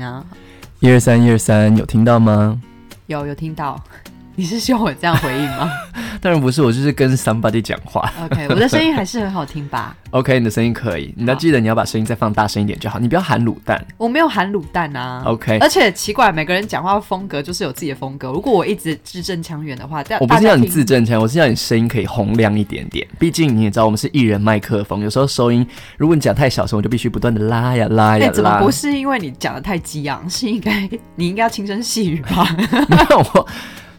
啊一二三，一二三，有听到吗？有有听到？ 你是希望我这样回应吗当然不是，我就是跟 somebody 讲话。 ？OK，我的声音还是很好听吧？ OK，你的声音可以，你要好记得你要把声音再放大声一点就好，你不要喊卤蛋。 我没有含卤蛋啊。 OK，而且奇怪，每个人讲话风格就是有自己的风格。如果我一直字正腔圆的话，但我不是要你自字正腔，我是要你声音可以洪亮一点点。毕竟你也知道，我们是艺人麦克风，有时候收音，如果你讲太小声，我就必须不断的拉呀拉那、呀哎怎么拉。不是因为你讲的太激昂，是应该 你应该要轻声细语吧？ 没有我。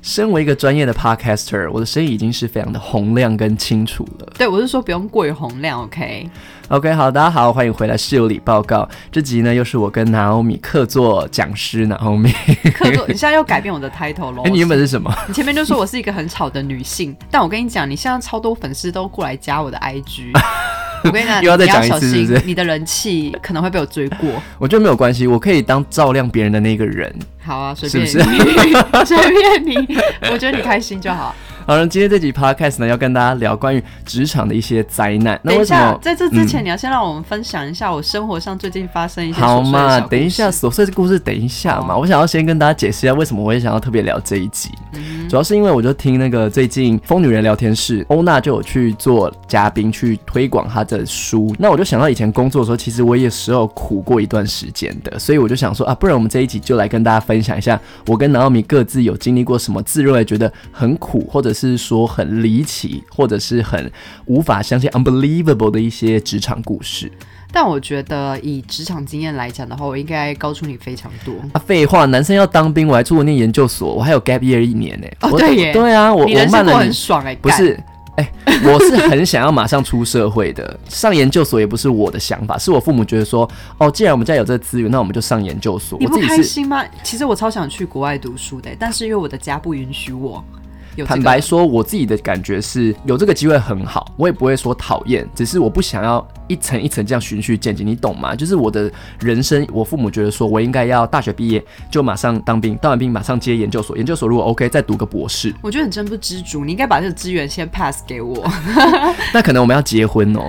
身为一个专业的 podcaster，我的声音已经是非常的洪亮跟清楚了。对，我是说不用过于洪亮，OK？ OK，好，大家好，欢迎回来室友里报告。这集呢，又是我跟 Naomi 客座讲师 Naomi。客座，你现在又改变我的 title 喽 哎、？你原本是什么？你前面就说我是一个很吵的女性，但我跟你讲，你现在超多粉丝都过来加我的 IG。我跟你讲，又要再你要讲一小次心，是不是你的人气可能会被我追过。我觉得没有关系，我可以当照亮别人的那个人。好啊，随便你，是不 随便你，我觉得你开心就好。好了，今天这集 podcast 呢，要跟大家聊关于职场的一些灾难。 那等为一什下么，？嗯在这之前，你要先让我们分享一下我生活上最近发生一些好琐碎的嘛，小故等一下事琐碎的故事，等一下嘛。好我想要先跟大家解释一下，为什么我也想要特别聊这一集。嗯主要是因为我就听那个最近疯女人聊天室，欧娜就有去做嘉宾，去推广她的书。那我就想到以前工作的时候，其实我也是有苦过一段时间的，所以我就想说啊，不然我们这一集就来跟大家分享一下，我跟南奥米各自有经历过什么自认为觉得很苦，或者是说很离奇，或者是很无法相信 unbelievable 的一些职场故事。但我觉得以职场经验来讲的话，我应该高出你非常多。啊，废话，男生要当兵，我还出国念研究所，我还有 gap year 一年呢、哦我对耶对啊，我你我人生慢过了很你，爽哎、不干是。哎、我是很想要马上出社会的，上研究所也不是我的想法，是我父母觉得说，哦，既然我们家有这个资源，那我们就上研究所。你我不自己开是心吗？其实我超想去国外读书的，但是因为我的家不允许我有、这个。坦白说，我自己的感觉是有这个机会很好，我也不会说讨厌，只是我不想要一层一层这样循序渐进，你懂吗？就是我的人生，我父母觉得说我应该要大学毕业就马上当兵，当完兵马上接研究所，研究所如果 OK 再读个博士。我觉得你真不知足，你应该把这个资源先 pass 给我。 那可能我们要结婚哦。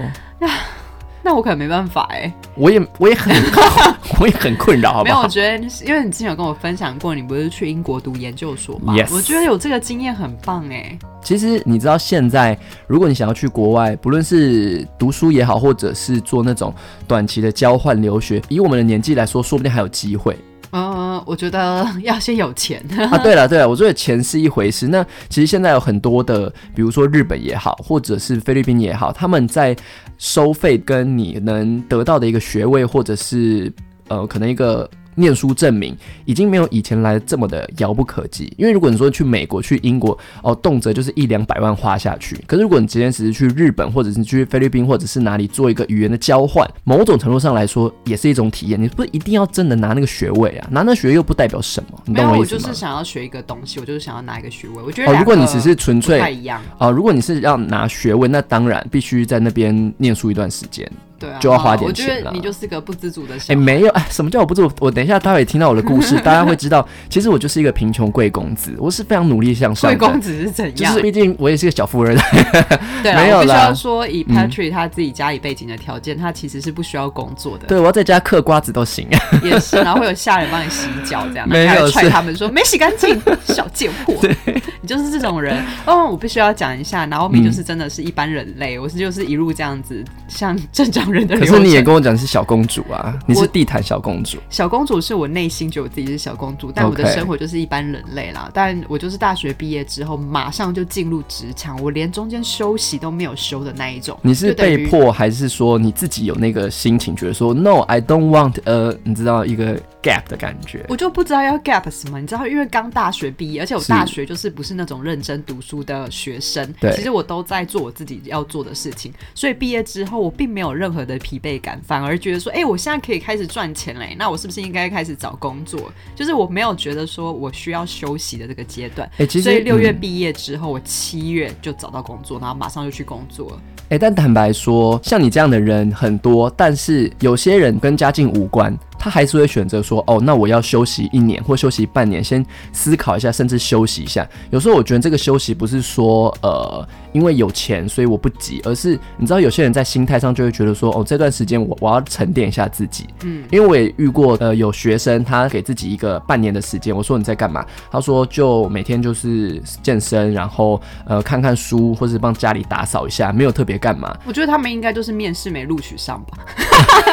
那我可能没办法哎、我也我也很 我也很困扰，好不没有，我好？觉得你是因为你之前有跟我分享过，你不是去英国读研究所吗 Yes 我觉得有这个经验很棒哎、其实你知道，现在如果你想要去国外，不论是读书也好，或者是做那种短期的交换留学，以我们的年纪来说，说不定还有机会嗯，我觉得要先有 钱。 啊。对了对了，我觉得钱是一回事。那其实现在有很多的，比如说日本也好，或者是菲律宾也好，他们在收费跟你能得到的一个学位，或者是呃，可能一个念书证明，已经没有以前来的这么的遥不可及。因为如果你说去美国、去英国，哦，动辄就是一两百万花下去。可是如果你今天只是去日本，或者是去菲律宾，或者是哪里做一个语言的交换，某种程度上来说，也是一种体验。你不一定要真的拿那个学位啊，拿那学位又不代表什么，你没懂有，我意我思就吗？是想要学一个东西，我就是想要拿一个学位。我觉得哦，两如个果你只是纯不粹太一样，哦，如果你是要拿学位，那当然必须在那边念书一段时间。对啊，就要花点我觉钱得啦你就是啊个不知足的哎、小孩。没有，哎，什么叫我不做？我等一下，待会听到我的故事， 大家会知道，其实我就是一个贫穷贵公子，我是非常努力向上贵的。公子是怎就样？啊是毕竟我也是个小富二代，对没啦，我有必须啦嗯要说，以 Patrick 他自己家里背景的条件，他其实是不需要工作的， 对我要在家嗑瓜子 都行。也是，然后会有下人帮你洗脚这样， 没有然后还会踹是他们说没洗干 净，小贱货，你就是这种人。哦，我必须要讲一下，然后嗯米就是真的是一般人类，我是就是一路这样子，像正常人的可流是程。你也跟我讲是小公主啊，你是我地毯小公主。小公主是我内心觉得我自己是小公主，但我的 OK 生活就是一般人类啦。但我就是大学毕业之后，马上就进入职场，我连中间休息都没有休的那一种。你是就等于被迫还是说你自己有那个心情，觉得说 No, I don't want 呃，你知道一个 gap 的感觉？我就不知道要 gap 什么，你知道，因为刚大学毕业，而且我是大学就是不是那种认真读书的学生对，其实我都在做我自己要做的事情，所以毕业之后我并没有任何的疲惫感，反而觉得说，哎、我现在可以开始赚钱嘞，那我是不是应该开始找工作？就是我没有觉得说我需要休息的这个阶段，哎、其实所以六嗯月毕业之后，我七月就找到工作，然后马上就去工作了。哎、但坦白说，像你这样的人很多，但是有些人跟家境无关，他还是会选择说，哦，那我要休息一年或休息半年，先思考一下，甚至休息一下。有时候我觉得这个休息不是说，呃，因为有钱所以我不急，而是你知道有些人在心态上就会觉得说，哦，这段时间我我要沉淀一下自己。嗯，因为我也遇过，呃，有学生他给自己一个半年的时间，我说你在干嘛？他说就每天就是健身，然后呃看看书，或是帮家里打扫一下，没有特别干嘛。我觉得他们应该就是面试没录取上吧。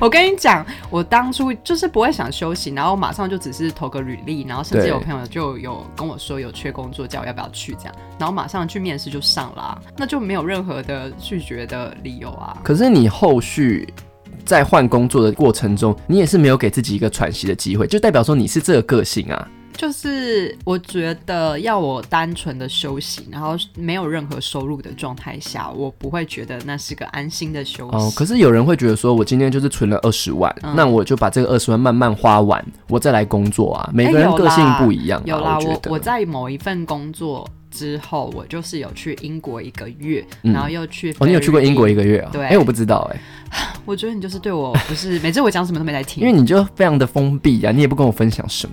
我跟你讲，我当初就是不会想休息，然后马上就只是投个履历，然后甚至对有朋友就有跟我说有缺工作，叫我要不要去这样，然后马上去面试就上啦、那就没有任何的拒绝的理由啊。可是你后续在换工作的过程中，你也是没有给自己一个喘息的机会，就代表说你是这个个性啊。就是我觉得要我单纯的休息，然后没有任何收入的状态下，我不会觉得那是个安心的休息。哦，可是有人会觉得说，我今天就是存了二十万，嗯那我就把这个二十万慢慢花完，我再来工作啊。每个人哎有个性啦不一样、啊，有啦，我觉我得我在某一份工作之后，我就是有去英国一个月，然后又去。哦，你有去过英国一？个月啊？对哎、我不知道哎、我觉得你就是对我不是，每次我讲什么都没在 听，因为你就非常的封闭啊，你也不跟我分享什么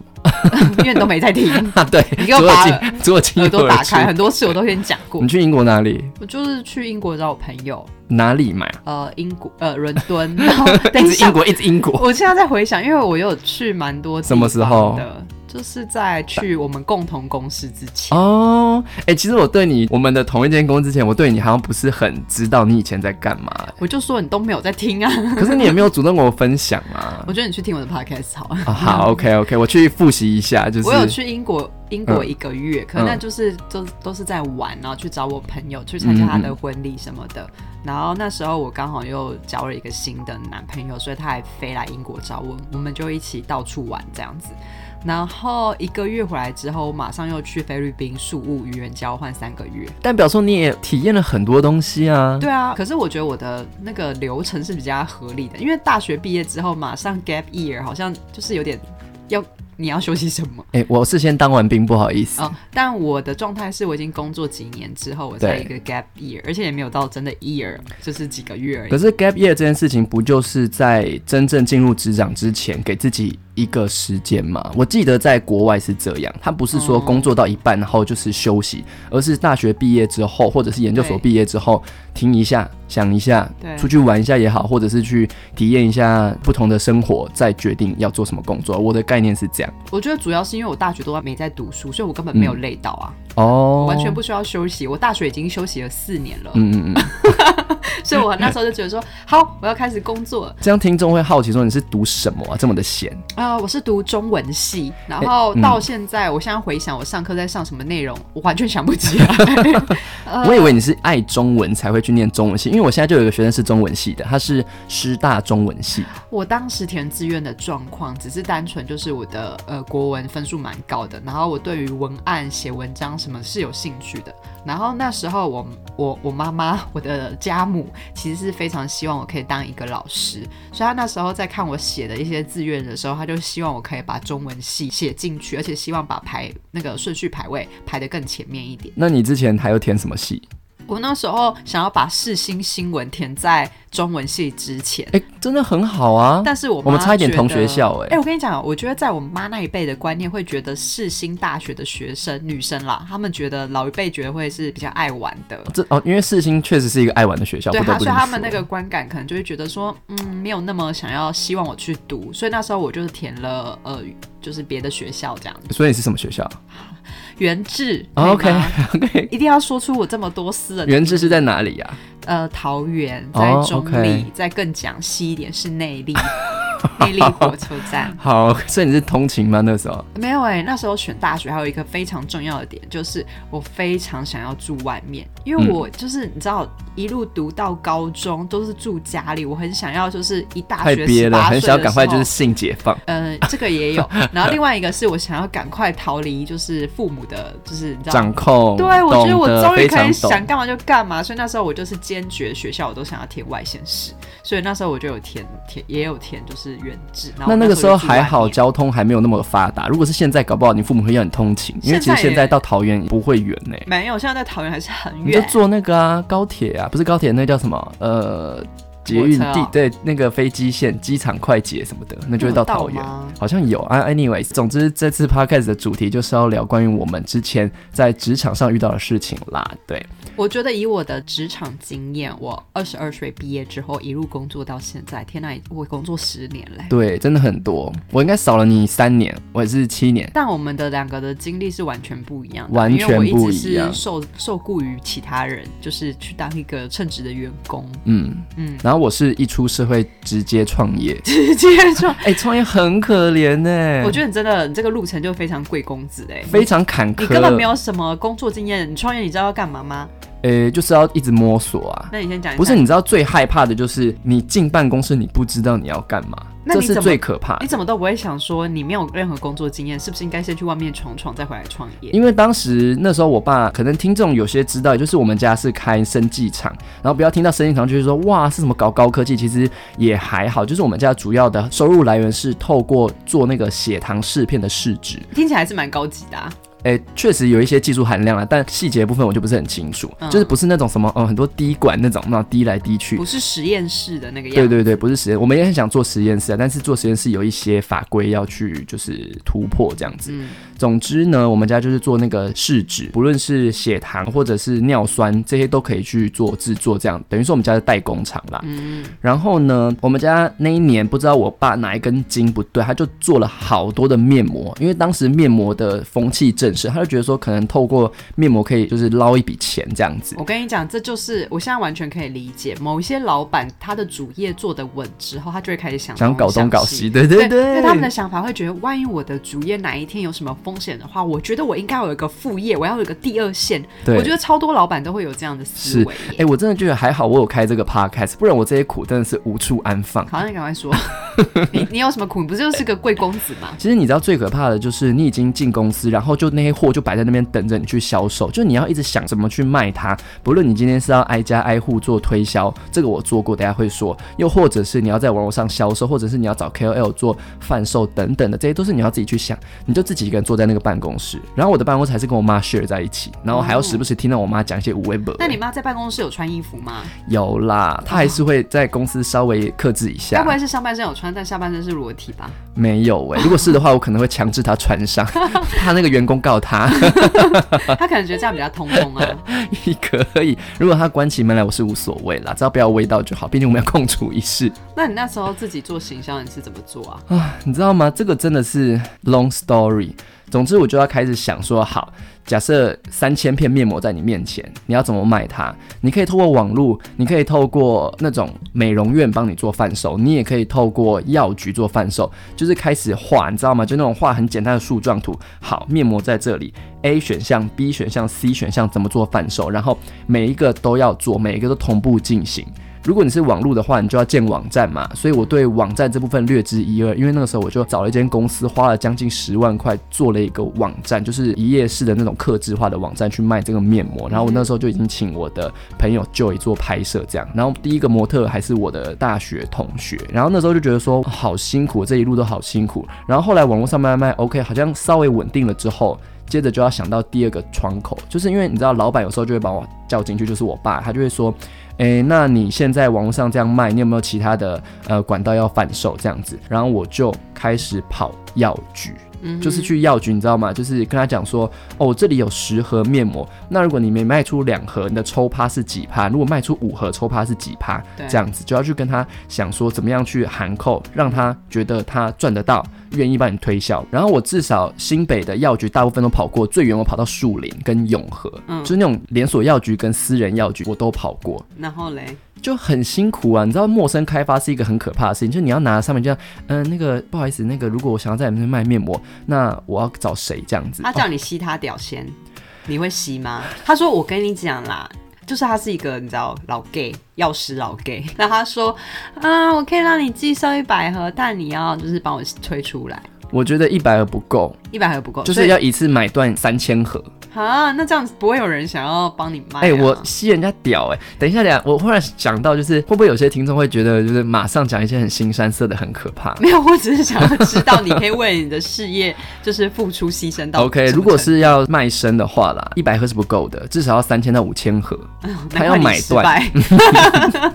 因为你都没在听，啊。 对，你给我 左耳把进左耳进耳朵打出开，很多次我都跟你讲过你。去英国哪里？我就是去英国找我朋友，哪里买？啊呃，英国呃伦 敦，然后等一一直下英，国，一直英国。我现在在回想，因为我有去蛮多地什么时候方的，就是在去我们共同公司之前。哦，哎、其实我对你我们的同一间公司之前，我对你好像不是很知道你以前在干嘛、我就说你都没有在听啊， 可是你也没有主 动跟我分享啊。我觉得你去听我的 podcast 好了。啊好，OK OK，我去复习一下，就是我有去英国，英国嗯一个月，可那就是都都是在玩，然后去找我朋友去参加他的婚礼什么的。然后那时候我刚好又交了一个新的男朋友，所以他还飞来英国找我，我们就一起到处玩这样子。然后一个月回来之后，我马上又去菲律宾宿务语言交换三个月。代表说你也体验了很多东西啊。对啊，可是我觉得我的那个流程是比较合理的，因为大学毕业之后马上 gap year，好像就是有点要你要休息什么。哎、我是先当完兵，不好意思。哦，但我的状态是我已经工作几年之后，我才对一个 gap year，而且也没有到真的 year，就是几个月而可已。是 gap year 这件事情，不就是在真正进入职场之前，给自己一个时间吗？我记得在国外是这样，他不是说哦工作到一半然后就是休息，而是大学毕业之后，或者是研究所对毕业之后，停一下，想一下，对出去玩一下也好，或者是去体验一下不同的生活，再决定要做什么工作。我的概念是这样我觉得主要是因为我大学都没在读书，所以我根本没有累到啊，嗯哦，完全不需要休息。我大学已经休息了四年了，嗯嗯嗯， 所以我那时候就觉得说，好，我要开始工作了。这样听众会好奇说你是读什么啊，这么的闲？啊、我是读中文系，然后嗯到现在，我现在回想我上课在上什么内容，我完全想不起来。呃我以为你是爱中文才会去念中文系，因为我现在就有一个学生是中文系的，他是师大中文系。我当时填志愿的状况，只是单纯就是我的呃国文分数蛮高的，然后我对于文案、写文章什么是有兴趣的。然后那时候我我我妈妈我的家母其实是非常希望我可以当一个老师，所以她那时候在看我写的一些志愿的时候，她就希望我可以把中文系写进去，而且希望把排那个顺序排位排得更前面一点。那你之前还有填什么系？我那时候想要把世新新闻填在中文系之前。哎、真的很好啊！但是我我们妈差一点觉同得学校哎哎、我跟你讲，我觉得在我妈那一辈的观念会觉得世新大学的学生女生啦，她们觉得老一辈觉得会是比较爱玩的。这哦，因为世新确实是一个爱玩的学校，对，不得她不所以这么他们说那个观感可能就会觉得说，嗯，没有那么想要希望我去读，所以那时候我就是填了呃，就是别的学校这样。所以你是什么学校原治、哦可？OK 以吗 OK，一定要说出我这么多私人原知是在哪里啊呀、呃桃园，哦在中立 OK 再更讲细一点是内力，内力火 车站。 好，所以你是通勤吗？那时候没有哎、那时候选大学还有一个非常重要的点，就是我非常想要住外面，因嗯为我就是、你知道，一路读到高中都是住家里，我很想要就是一大太学憋十了，八很岁想的要赶快就是时候。性解放。呃，这个也 有，然后另外一个是我想要赶快逃离，就是父母的，就是你知道，掌控，对我觉得我懂终于非可常以懂想干嘛就干嘛，所以那时候我就是坚决学校我都想要填外县市，所以那时候我就有填填也有填就是原志，然后那那个时候就住外还好，面交通还没有那么发达。如果是现在，搞不好你父母会要你通勤，因为其现实在也现在到桃园不会远呢、没有，现在在桃园还是很你就远，坐那个啊高铁啊，不是高铁，那叫什么？呃，捷运火车地哦对那个飞机线、机场快捷什么的，那就会到桃有园到。吗好像有啊，anyways，总之这次 podcast 的主题就是要聊关于我们之前在职场上遇到的事情啦。对，我觉得以我的职场经验，我二十二岁毕业之后一路工作到现在，天呐，我工作十年嘞。对，真的很多。我应该少了你三年，我也是七年。但我们的两个的经历是完全不一样的，完全因为我不一直一样是受受雇于其他人，就是去当一个称职的员工， 嗯嗯嗯，然后我是一出社会直接 创业，直接说，哎、创业很可怜呢、我觉得你真的你这个路程就非常贵公子哎、 非常坎坷。你根本没有什么工作经验，你创业你知道要干嘛吗？呃、就是要一直摸索啊。那你先讲一下，不是，你知道最害怕的就是你进办公室，你不知道你要干嘛，那这你是怎么最可怕你的。怎么都不会想说你没有任何工作经验，是不是应该先去外面闯闯，再回来创业？因为当时那时候，我爸可能听众有些知道，就是我们家是开生技厂，然后不要听到生技厂就是说哇是什么搞高科技，其实也还好，就是我们家主要的收入来源是透过做那个血糖试片的试纸，听起来还是蛮高级的、啊，诶，确实有一些技术含量啊，但细节部分我就不是很清楚，嗯就是不是那种什么哦、呃很多滴管那种，那种滴来滴去不。是实验室的那个样对子。对对，不是实验，我们也很想做实验室啊，但是做实验室有一些法规要去就是突破这样子。嗯，总之呢，我们家就是做那个试纸，不论是血糖或者是尿酸，这些都可以去做制作，这样等于说我们家的代工厂啦。嗯然后呢，我们家那一年不知道我爸哪一根筋不对，他就做了好多的面膜，因为当时面膜的风气正盛，他就觉得说可能透过面膜可以就是捞一笔钱这样子。我跟你讲，这就是我现在完全可以理解，某一些老板他的主业做得稳之后，他就会开始想想搞东搞西，。对对对因对，为他们的想法会觉得，万一我的主业哪一天有什么风险的话，我觉得我应该有一个副业，我要有一个第二线。对，我觉得超多老板都会有这样的思是维耶。哎、我真的觉得还好，我有开这个 podcast，不然我这些苦真的是无处安放。好，那你赶快 说，你你有什么苦？你不是就是个贵公子吗？其实你知道最可怕的就是你已经进公司，然后就那些货就摆在那边等着你去销售，就你要一直想怎么去卖它。不论你今天是要挨家挨户做推销，这个我做过，大家会说；又或者是你要在网络上销售，或者是你要找 KOL 做贩售等等的，这些都是你要自己去想。你就自己一个人坐在那个办公室，然后我的办公室还是跟我妈 share 在一起，然后还要时不时听到我妈讲一些无微不那你妈在办公室有穿衣服吗？有啦，她还是会在公司稍微克制一该下不。会是上半身有穿，但下半身是裸体吧？没有欸诶、如果是的话，我可能会强制她穿上，怕那个员工告 她。她可能觉得这样比较通风啊。可以，如果他关起门来，我是无所谓啦，只要不要味道就好。毕竟我们要共处一室那你那时候自己做行销，你是怎么做啊？啊，你知道吗？这个真的是 long story。总之，我就要开始想说，好，假设三千片面膜在你面前，你要怎么卖它？你可以透过网络，你可以透过那种美容院帮你做贩售，你也可以透过药局做贩售，就是开始画，你知道吗？就那种画很简单的树状图。好，面膜在这里，A 选项、B 选项、C 选项怎么做贩售，然后每一个都要做，每一个都同步进行。如果你是网络的话，你就要建网站嘛，所以我对网站这部分略知一二，因为那个时候我就找了一间公司，花了将近十万块做了一个网站，就是一页式的那种客制化的网站去卖这个面膜。然后我那时候就已经请我的朋友 Joy 做拍摄这样，然后第一个模特还是我的大学同学，然后那时候就觉得说哦好辛苦，这一路都好辛苦。然后后来网络上慢慢卖 OK，好像稍微稳定了之后，接着就要想到第二个窗口，就是因为你知道，老板有时候就会把我叫进去，就是我爸，他就会说，诶，那你现在网络上这样卖，你有没有其他的呃管道要贩售这样子？然后我就开始跑药局。嗯哼，就是去药局，你知道吗？就是跟他讲说，哦，我这里有十盒面膜，那如果你没卖出两盒，你的抽趴是几趴？如果卖出五盒，抽趴是几趴？对这样子就要去跟他想说怎么样去函扣，让他觉得他赚得到，愿意帮你推销。然后我至少新北的药局大部分都跑过，最远我跑到树林跟永和，嗯就是那种连锁药局跟私人药局我都跑过。然后嘞，就很辛苦啊，你知道陌生开发是一个很可怕的事情，就你要拿上面这样，嗯、那个不好意思，那个如果我想要在你们卖面膜，那我要找谁啊这样子？他叫你吸他屌先，你会吸吗？他说我跟你讲啦。就是他是一个你知道老 gay 药师老 gay，那 他说，啊，我可以让你寄售一百盒，但你要就是帮我推出来，哦我觉得一百盒不够，一百盒不够，就所是以要一次买断三千盒。啊，那这样子不会有人想要帮你卖、啊。哎、我吸人家屌哎、等一下，等一下，我忽然想到，就是会不会有些听众会觉得，就是马上讲一些很新山色的，很可怕。没有，我只是想要知道你可以为你的事业就是付出牺牲到 OK，什么如果程是要卖身的话啦，一百盒是不够的，至少要三千到五千盒。度他要买难断怪你失败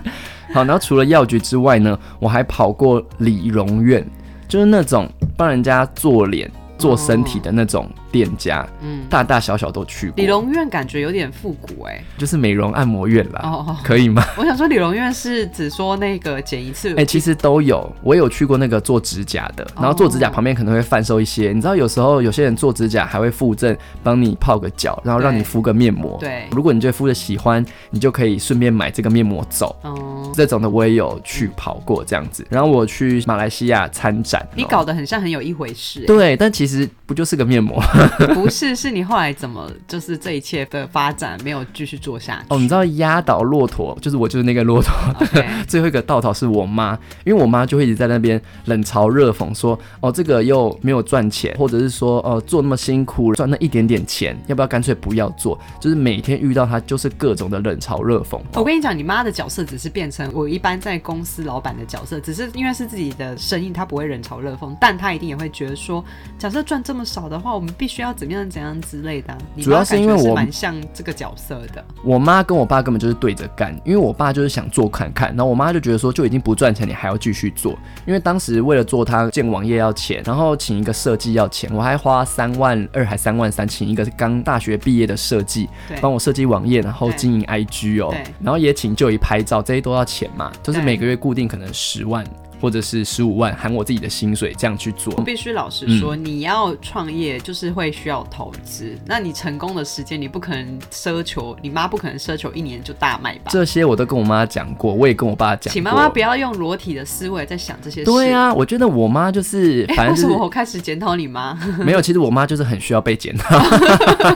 好，然后除了药局之外呢，我还跑过理容院，就是那种帮人家做脸、做身体的那种店家，嗯，大大小小都去过。理容院感觉有点复古 哎、就是美容按摩院啦，哦，可以吗？我想说理容院是只说那个剪一次，哎、其实都有，我有去过那个做指甲的，然后做指甲哦旁边可能会贩售一些，你知道有时候有些人做指甲还会附赠帮你泡个脚，然后让你对敷个面膜。对，如果你对敷的喜欢，你就可以顺便买这个面膜走。嗯，这种的我也有啊去跑过这样子，然后我去马来西亚参展哦、你搞得很像很有一回事、对，但其实不就是个面膜 哎，不是？是你后来怎么就是这一切的发展没有继续做下去？哦？你知道压倒骆驼，就是我就是那个骆驼， OK，最后一个稻草是我妈，因为我妈就会一直在那边冷嘲热讽说，哦这个又没有赚钱，或者是说哦做那么辛苦赚那一点点钱，要不要干脆不要做？就是每天遇到她就是各种的冷嘲热讽。我跟你讲，你妈的角色只是变成我一般在公司老板的角色，只是因为是自己的生意，她不会冷嘲热讽，但她一定也会觉得说，假设赚这么少的话，我们必须要怎么样怎样之类的啊、你妈主要是因为感觉我蛮像这个角色的，我妈跟我爸根本就是对着干，因为我爸就是想做看看，然后我妈就觉得说就已经不赚钱，你还要继续做。因为当时为了做它，建网页要钱，然后请一个设计要钱，我还花三万二还三万三，请一个刚大学毕业的设计对帮我设计网页，然后对经营 IG 哦对，然后也请就医拍照，这些都要钱嘛，就是对每个月固定可能十万或者是十五万，含我自己的薪水这样去做我。必须老实嗯说，你要创业就是会需要投资，那你成功的时间你不可能奢求，你妈不可能奢求一年就大卖吧？这些我都跟我妈讲过，我也跟我爸讲过。请妈妈不要用裸体的思维在想这些事。对啊，我觉得我妈就是，哎、反正为就什是么我开始检讨你妈？ 没有，其实我妈就是很需要被检讨。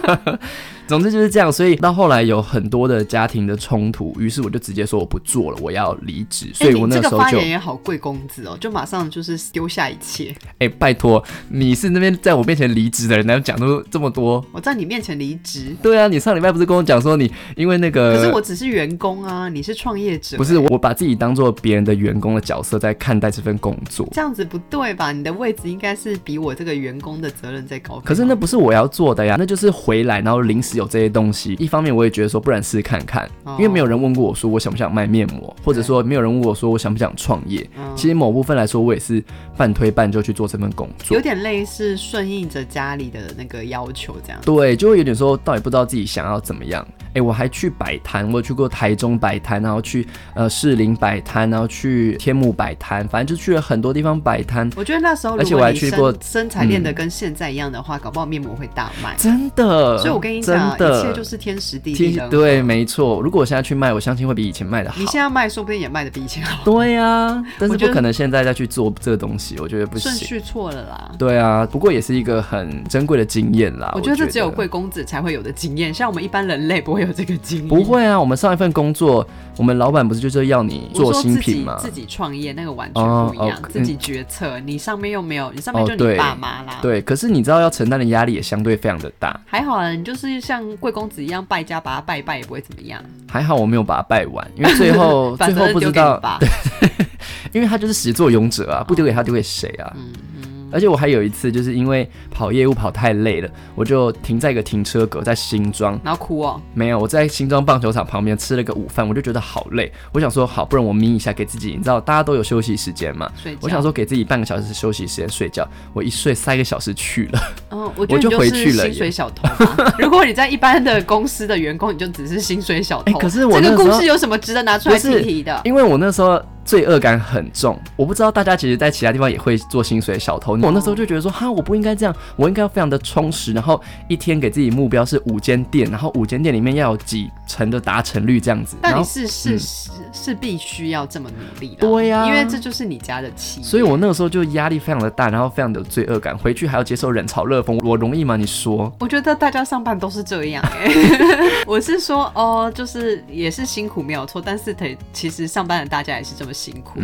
总之就是这样，所以到后来有很多的家庭的冲突，于是我就直接说我不做了，我要离职。所以哎我你那这时个候发就，言哎、也好贵公子哦，就马上就是丢下一切。哎拜托，你是那边在我面前离职的人，然后讲出这么多。我在你面前离职，对啊，你上礼拜不是跟我讲说你因为那个，可是我只是员工啊，你是创业者，呃不是我把自己当做别人的员工的角色在看待这份工作。这样子不对吧？你的位置应该是比我这个员工的责任在高。可是那不是我要做的呀，那就是回来然后临时有这些东西。一方面我也觉得说，不然试试看看，哦因为没有人问过我说我想不想卖面膜，或者说没有人问我说我想不想创业。嗯其实某部分来说，我也是半推半就去做这份工作有。点类似顺应着家里的那个要求这样。对，就会有点说，到底不知道自己想要怎么样。哎，我还去摆摊，我有去过台中摆摊，然后去呃士林摆摊，然后去天母摆摊，反正就去了很多地方摆摊。我觉得那时候如而且我果还你去身过嗯身材练得跟现在一样的话，搞不好面膜会大卖。真的，所以我跟你真讲，啊一切的就是天时地利其人实和。对，啊没错。如果我现在去卖，我相信会比以前卖的好。你现在卖，说不定也卖的比以前好。对呀、啊，但是我觉不得可能现在再去做这个东西，我觉得不顺行。序错了啦。对啊，不过也是一个很珍贵的经验啦。我我觉得这只有贵公子才会有的经验，像我们一般人类不会有这个经验。不会啊，我们上一份工作，我们老板不是就是要你我做说新自品己吗？自己创业那个完全不一哦样， ，OK 自己决策，你上面又没有，你上面哦就对你爸妈啦。对，可是你知道要承担的压力也相对非常的大。还好啊，你就是像贵公子一样败家，把他败一败也不会怎么样。还好我没有把它败完，因为最 后把最后责任不丢知给你道， 爸因为他就是始作俑者啊，不丢给他丢给谁啊？嗯而且我还有一次，就是因为跑业务跑太累了，我就停在一个停车格，在新庄，然后哭哦。没有，我在新庄棒球场旁边吃了个午饭，我就觉得好累。我想说，好，不然我眯一下给自己，你知道大家都有休息时间嘛。睡觉。我想说给自己半个小时休息时间睡觉，我一睡三个小时去 了。嗯，我觉得我就你回就是去了薪耶水小偷嘛。 如果你在一般的公司的员工，你就只是薪水小偷。哎可是我这那个时故候事有什么值得拿出来不是提提的？因为我那时候罪恶感很重，我不知道大家其实在其他地方也会做薪水小哦偷。我那时候就觉得说，哈，我不应该这样，我应该要非常的充实，然后一天给自己目标是五间店，然后五间店里面要有几成的达成率这样子。但然你后，嗯是是是是必须要这么努力的，对呀因为这就是你家的企业。所以我那个时候就压力非常的大，然后非常的有罪恶感，回去还要接受冷嘲热讽，我容易吗？你说？我觉得大家上班都是这样、欸。 我是说，哦，就是也是辛苦嗯没有错，但是得其实上班的大家也是这么辛苦。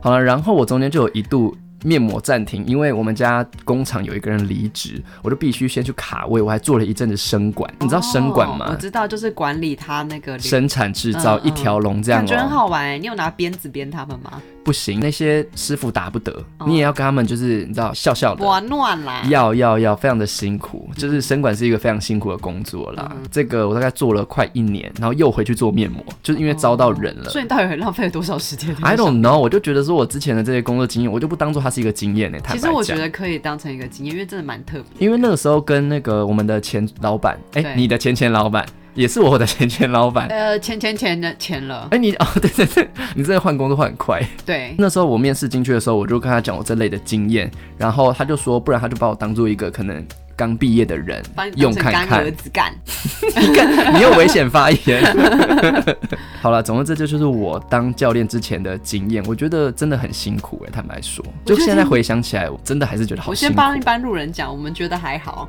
好了，然后我中间就有一度面膜暂停，因为我们家工厂有一个人离职，我就必须先去卡位，我还做了一阵子生管，你知道生管哦我吗？知道，就是管理他那个流生产制造嗯嗯一条龙这样感觉很哦，好玩欸。你有拿鞭子鞭他们吗？不行，那些师傅打不得，哦你也要跟他们就是你知道笑笑的，我暖啦，要要要，非常的辛苦，就是生管是一个非常辛苦的工作啦。嗯这个我大概做了快一年，然后又回去做面膜，就是哦因为遭到人了。所以你到底浪费了多少时间 I don't know，我就觉得说我之前的这些工作经验，我就不当做它是一个经验呢、欸坦其白实我讲觉得可以当成一个经验，因为真的蛮特别。因为那个时候跟那个我们的前老板，哎、对你的前前老板也是我的前前老板。哎、呃，钱钱钱的钱了，你哦，对对对，你真的换工作换很快。对，那时候我面试进去的时候，我就跟他讲我这类的经验，然后他就说，不然他就把我当做一个可能刚毕业的人把你当用成看干看儿。子干。你又危险发 言。 好了，总之这就是我当教练之前的经验，我觉得真的很辛苦哎、坦白说，我觉就得现在回想起来，我真的还是觉得好我辛先苦。哦帮一般路人讲，我们觉得还好。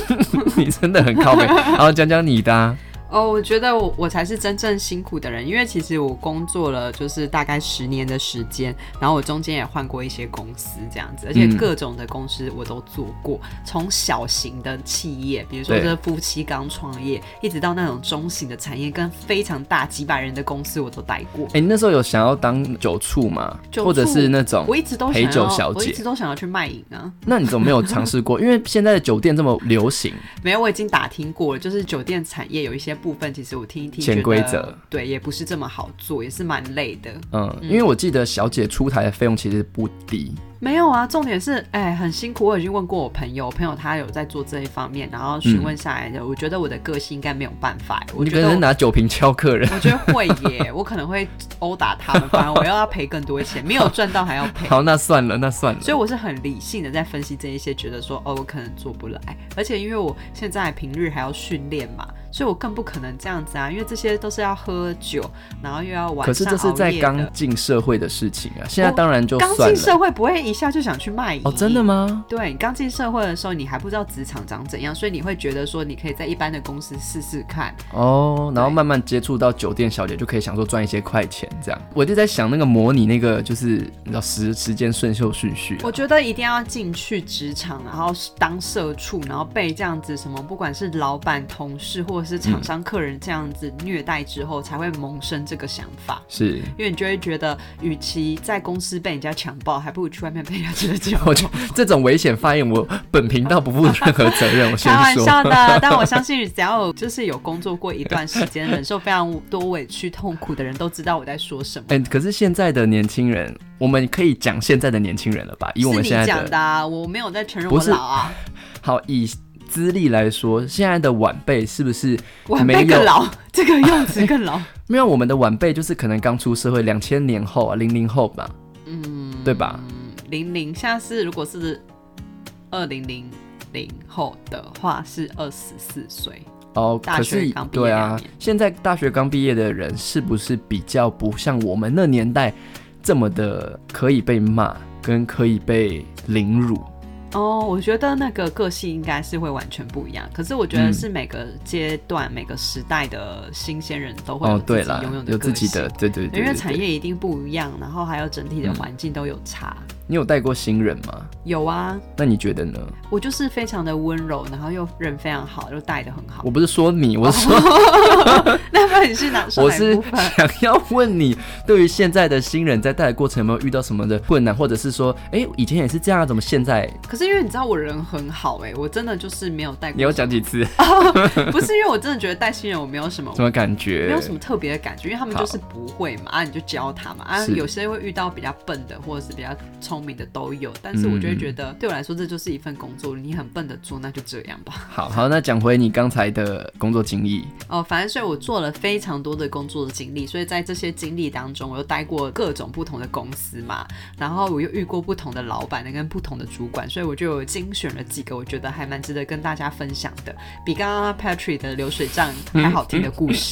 你真的很 靠背，然后讲讲你的、啊，哦，我觉得我我才是真正辛苦的人，因为其实我工作了就是大概十年的时间，然后我中间也换过一些公司这样子，而且嗯各种的公司我都做过，从、小型的企业，比如说对这夫妻刚创业，一直到那种中型的产业，跟非常大几百人的公司我都待过。哎、你那时候有想要当酒醋吗？酒或者醋是那种我一直都想陪酒要，小我一直姐？都想要去卖淫啊！那你怎么没有尝试过？ 因为现在的酒店这么流行，没有，我已经打听过了，就是酒店产业有一些部分，其实我听一听，潜觉规得则，对，也不是这么好做，也是蛮累的。嗯，因为我记得小姐出台的费用其实不低，没有啊，重点是，哎，很辛苦。我已经问过我朋友，我朋友他有在做这一方面，然后询问下来的，我觉得我的个性应该没有办法。我你可觉得我能拿酒瓶敲客人。我觉得会耶，我可能会殴打他们，反而我又要赔更多钱，没有赚到还要赔。 好，那算了，那算了。所以我是很理性的在分析这一些，觉得说哦，我可能做不来，而且因为我现在平日还要训练嘛，所以我更不可能这样子啊，因为这些都是要喝酒，然后又要晚上可是这是在熬夜的刚进社会的事情啊，现在当然就刚算进了。社会，不会一下就想去卖淫哦，真的吗？对你刚进社会的时候，你还不知道职场长怎样，所以你会觉得说，你可以在一般的公司试试看。哦，然后对慢慢接触到酒店小姐，就可以想说赚一些快钱这样。我就在想那个模拟那个就是你知道时时间顺序顺序啊、我觉得一定要进去职场，然后当社畜，然后被这样子什么，不管是老板、同事或者是厂商、客人这样子虐待之后，才会萌生这个想法。是。因为你就会觉得，与其在公司被人家强暴，还不如去外面被人家折脚。 我觉得这种危险发言，我本频道不负任何责任。我先 开玩说，笑的，但我相信只要有就是有工作过一段时间，忍受非常多委屈痛苦的人，都知道我在说什么。哎、可是现在的年轻人，我们可以讲现在的年轻人了吧？以我们现是你在讲的的、啊，我没有在承认不我是老啊，好以资历来说，现在的晚辈是不是我没辈有更老，这个用词更老。没有我们的晚辈就是可能刚出社会，两千年后啊，零零后吧，嗯，对吧？零零，现在是如果是二零零零后的话是二十四岁，哦，大可是学刚毕业对两啊年，现在大学刚毕业的人是不是比较不像我们那年代这么的可以被骂跟可以被凌辱？哦，我觉得那个个性应该是会完全不一样，可是我觉得嗯是每个阶段、每个时代的新鲜人都会有哦，对自己啦拥有，的有个自己性的，对对对因为对产对业一定不一样，然后还有整体的环境都有差。你有带过新人吗？有啊，那你觉得呢？我就是非常的温柔，然后又人非常好，又带的很好 我。不是说你，我是说那不然你是哪说我哪一是部分？想要问你，对于现在的新人在带的过程有没有遇到什么的困难，或者是说，哎、以前也是这样啊，怎么现在？可是因为你知道我人很好哎、我真的就是没有带你过，要讲几次？哦不是因为我真的觉得带新人我没有什么什。么感觉？没有什么特别的感觉，因为他们就是不会嘛，啊，你就教他嘛，啊，是有些会遇到比较笨的或者是比较聪明的都有，但是我就会觉得，对我来说这就是一份工作，你很笨的做那就这样吧。好好，那讲回你刚才的工作经历，哦，反正所以我做了非常多的工作的经历，所以在这些经历当中，我又待过各种不同的公司嘛，然后我又遇过不同的老板跟不同的主管，所以我就有精选了几个我觉得还蛮值得跟大家分享的，比刚刚 Patrick 的流水账嗯还好听的故事。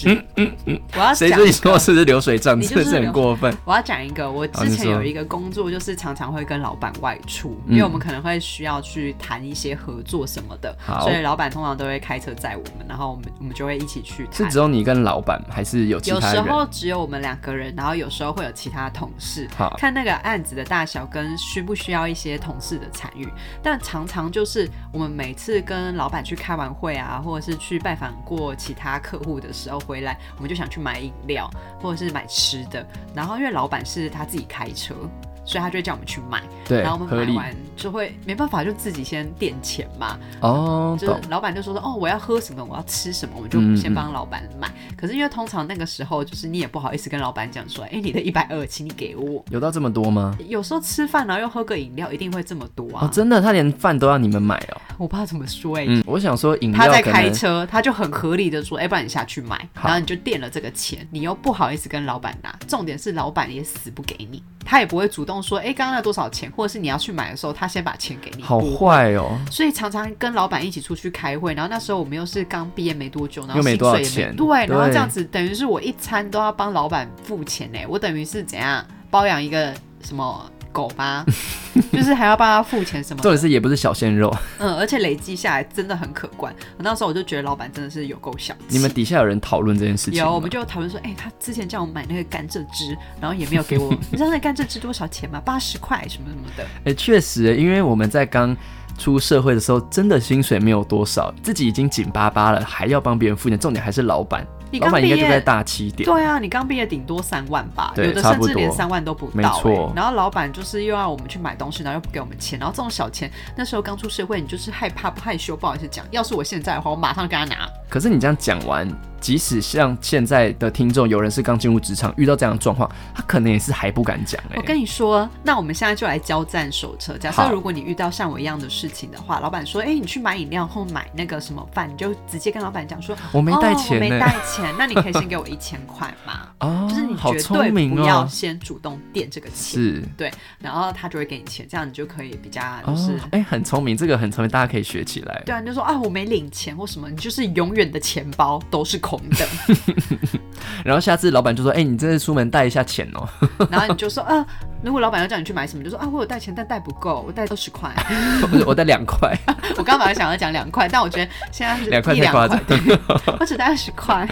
我要谁讲说你说我是不是流水账？你真就的是是很过分。我要讲一个，我好之你前说嗯有一个工作，就是常常会会跟老板外出，因为我们可能会需要去谈一些合作什么的，好所以老板通常都会开车载我们，然后我们我们就会一起去是谈。只有你跟老板，还是有其有他时人？候只有我们两个人，然后有时候会有其他同事，好看那个案子的大小跟需不需要一些同事的参与。但常常就是我们每次跟老板去开完会啊，或者是去拜访过其他客户的时候回来，我们就想去买饮料或者是买吃的。然后因为老板是他自己开车，所以他就会叫我们去买。对，然后我合们买理完就会没办法，就自己先垫钱嘛。哦，就懂是老板就说说哦，我要喝什么，我要吃什么，我们就嗯先帮老板买。可是因为通常那个时候，就是你也不好意思跟老板讲说，哎、你的一百二，请你给我。有到这么多吗？有时候吃饭然后又喝个饮料，一定会这么多啊！哦，真的，他连饭都要你们买哦。我不知道怎么说哎、嗯，我想说饮料他在可开能车，他就很合理的说，哎、不然你下去买，好然后你就垫了这个钱，你又不好意思跟老板拿。重点是老板也死不给你，他也不会主动说，哎、刚刚那多少钱，或者是你要去买的时候，他先把钱给你。好不坏哦，所以常常跟老板一起出去开会，然后那时候我们又是刚毕业没多久，然后又薪没水多少也没钱对，然后对这样子等于是我一餐都要帮老板付钱呢，我等于是怎样包养一个什么狗 吗？就是还要帮他付钱什么重的，点是也不是小鲜 肉，嗯，而且累积下来真的很可观。那时候我就觉得老板真的是有够小气。你们底下有人讨论这件事情吗有，我们就讨论说，哎、他之前叫我买那个甘蔗汁，然后也没有给我， 你知道那甘蔗汁多少钱吗？八十块什么什么的。哎，确实耶，因为我们在刚出社会的时候，真的薪水没有多少，自己已经紧巴巴了，还要帮别人付钱，重点还是老板，你老刚板毕应该就在业，大七点。对啊，你刚毕业顶多三万吧，对有的差甚不至连多三万都不到、没错欸然后老板就是又要我们去买东西，然后又不给我们钱，然后这种小钱，那时候刚出社会，你就是害怕不害羞，不好意思讲。要是我现在的话，我马上跟他拿。可是你这样讲完，即使像现在的听众，有人是刚进入职场，遇到这样的状况，他可能也是还不敢讲哎、我跟你说，那我们现在就来交战手册。假设好如果你遇到像我一样的事情的话，老板说，哎、你去买饮料或买那个什么饭，你就直接跟老板讲说，我没带钱哦，我呢、没带钱，那你可以先给我一千块 吗？啊，就是你好绝对聪明不要哦，先主动垫这个钱，是然后他就会给你钱，这样你就可以比较哦，哎、就是很聪明，这个很聪明，大家可以学起来。对啊，你就说啊，我没领钱或什么，你就是永远的钱包都是空的。 然后下次老板就说：“哎、你这次出门带一下钱哦。 然后你就说啊，如果老板要叫你去买什么，你就说啊，我有带钱，但带不够，我带二十块。 不是，我带两块。 我刚本来想要讲两块，但我觉得现在是两块一太两夸块张，对 我只带二十块。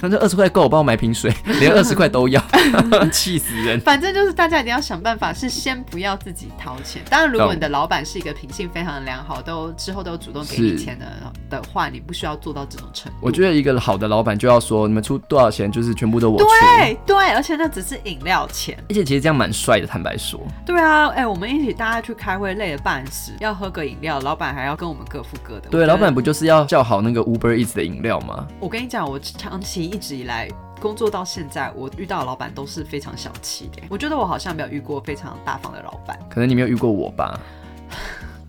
那这二十块够我帮我买瓶水，连二十块都要， 气死人。反正就是大家一定要想办法，是先不要自己掏钱。当然，如果你的老板是一个品性非常良好，都之后都主动给你是钱的的话，你不需要做到这种程度。我觉得一个好的老板就要说，你们出多少钱，就是全部都我出。对对，而且那只是饮料钱。而且其实这样蛮帅的，坦白说，对啊，哎、我们一起大家去开会，累得半死，要喝个饮料，老板还要跟我们各付各的。对，我觉得老板，不就是要叫好那个 Uber Eats 的饮料吗？我跟你讲，我长期一直以来工作到现在，我遇到的老板都是非常小气的。我觉得我好像没有遇过非常大方的老板，可能你没有遇过我 吧，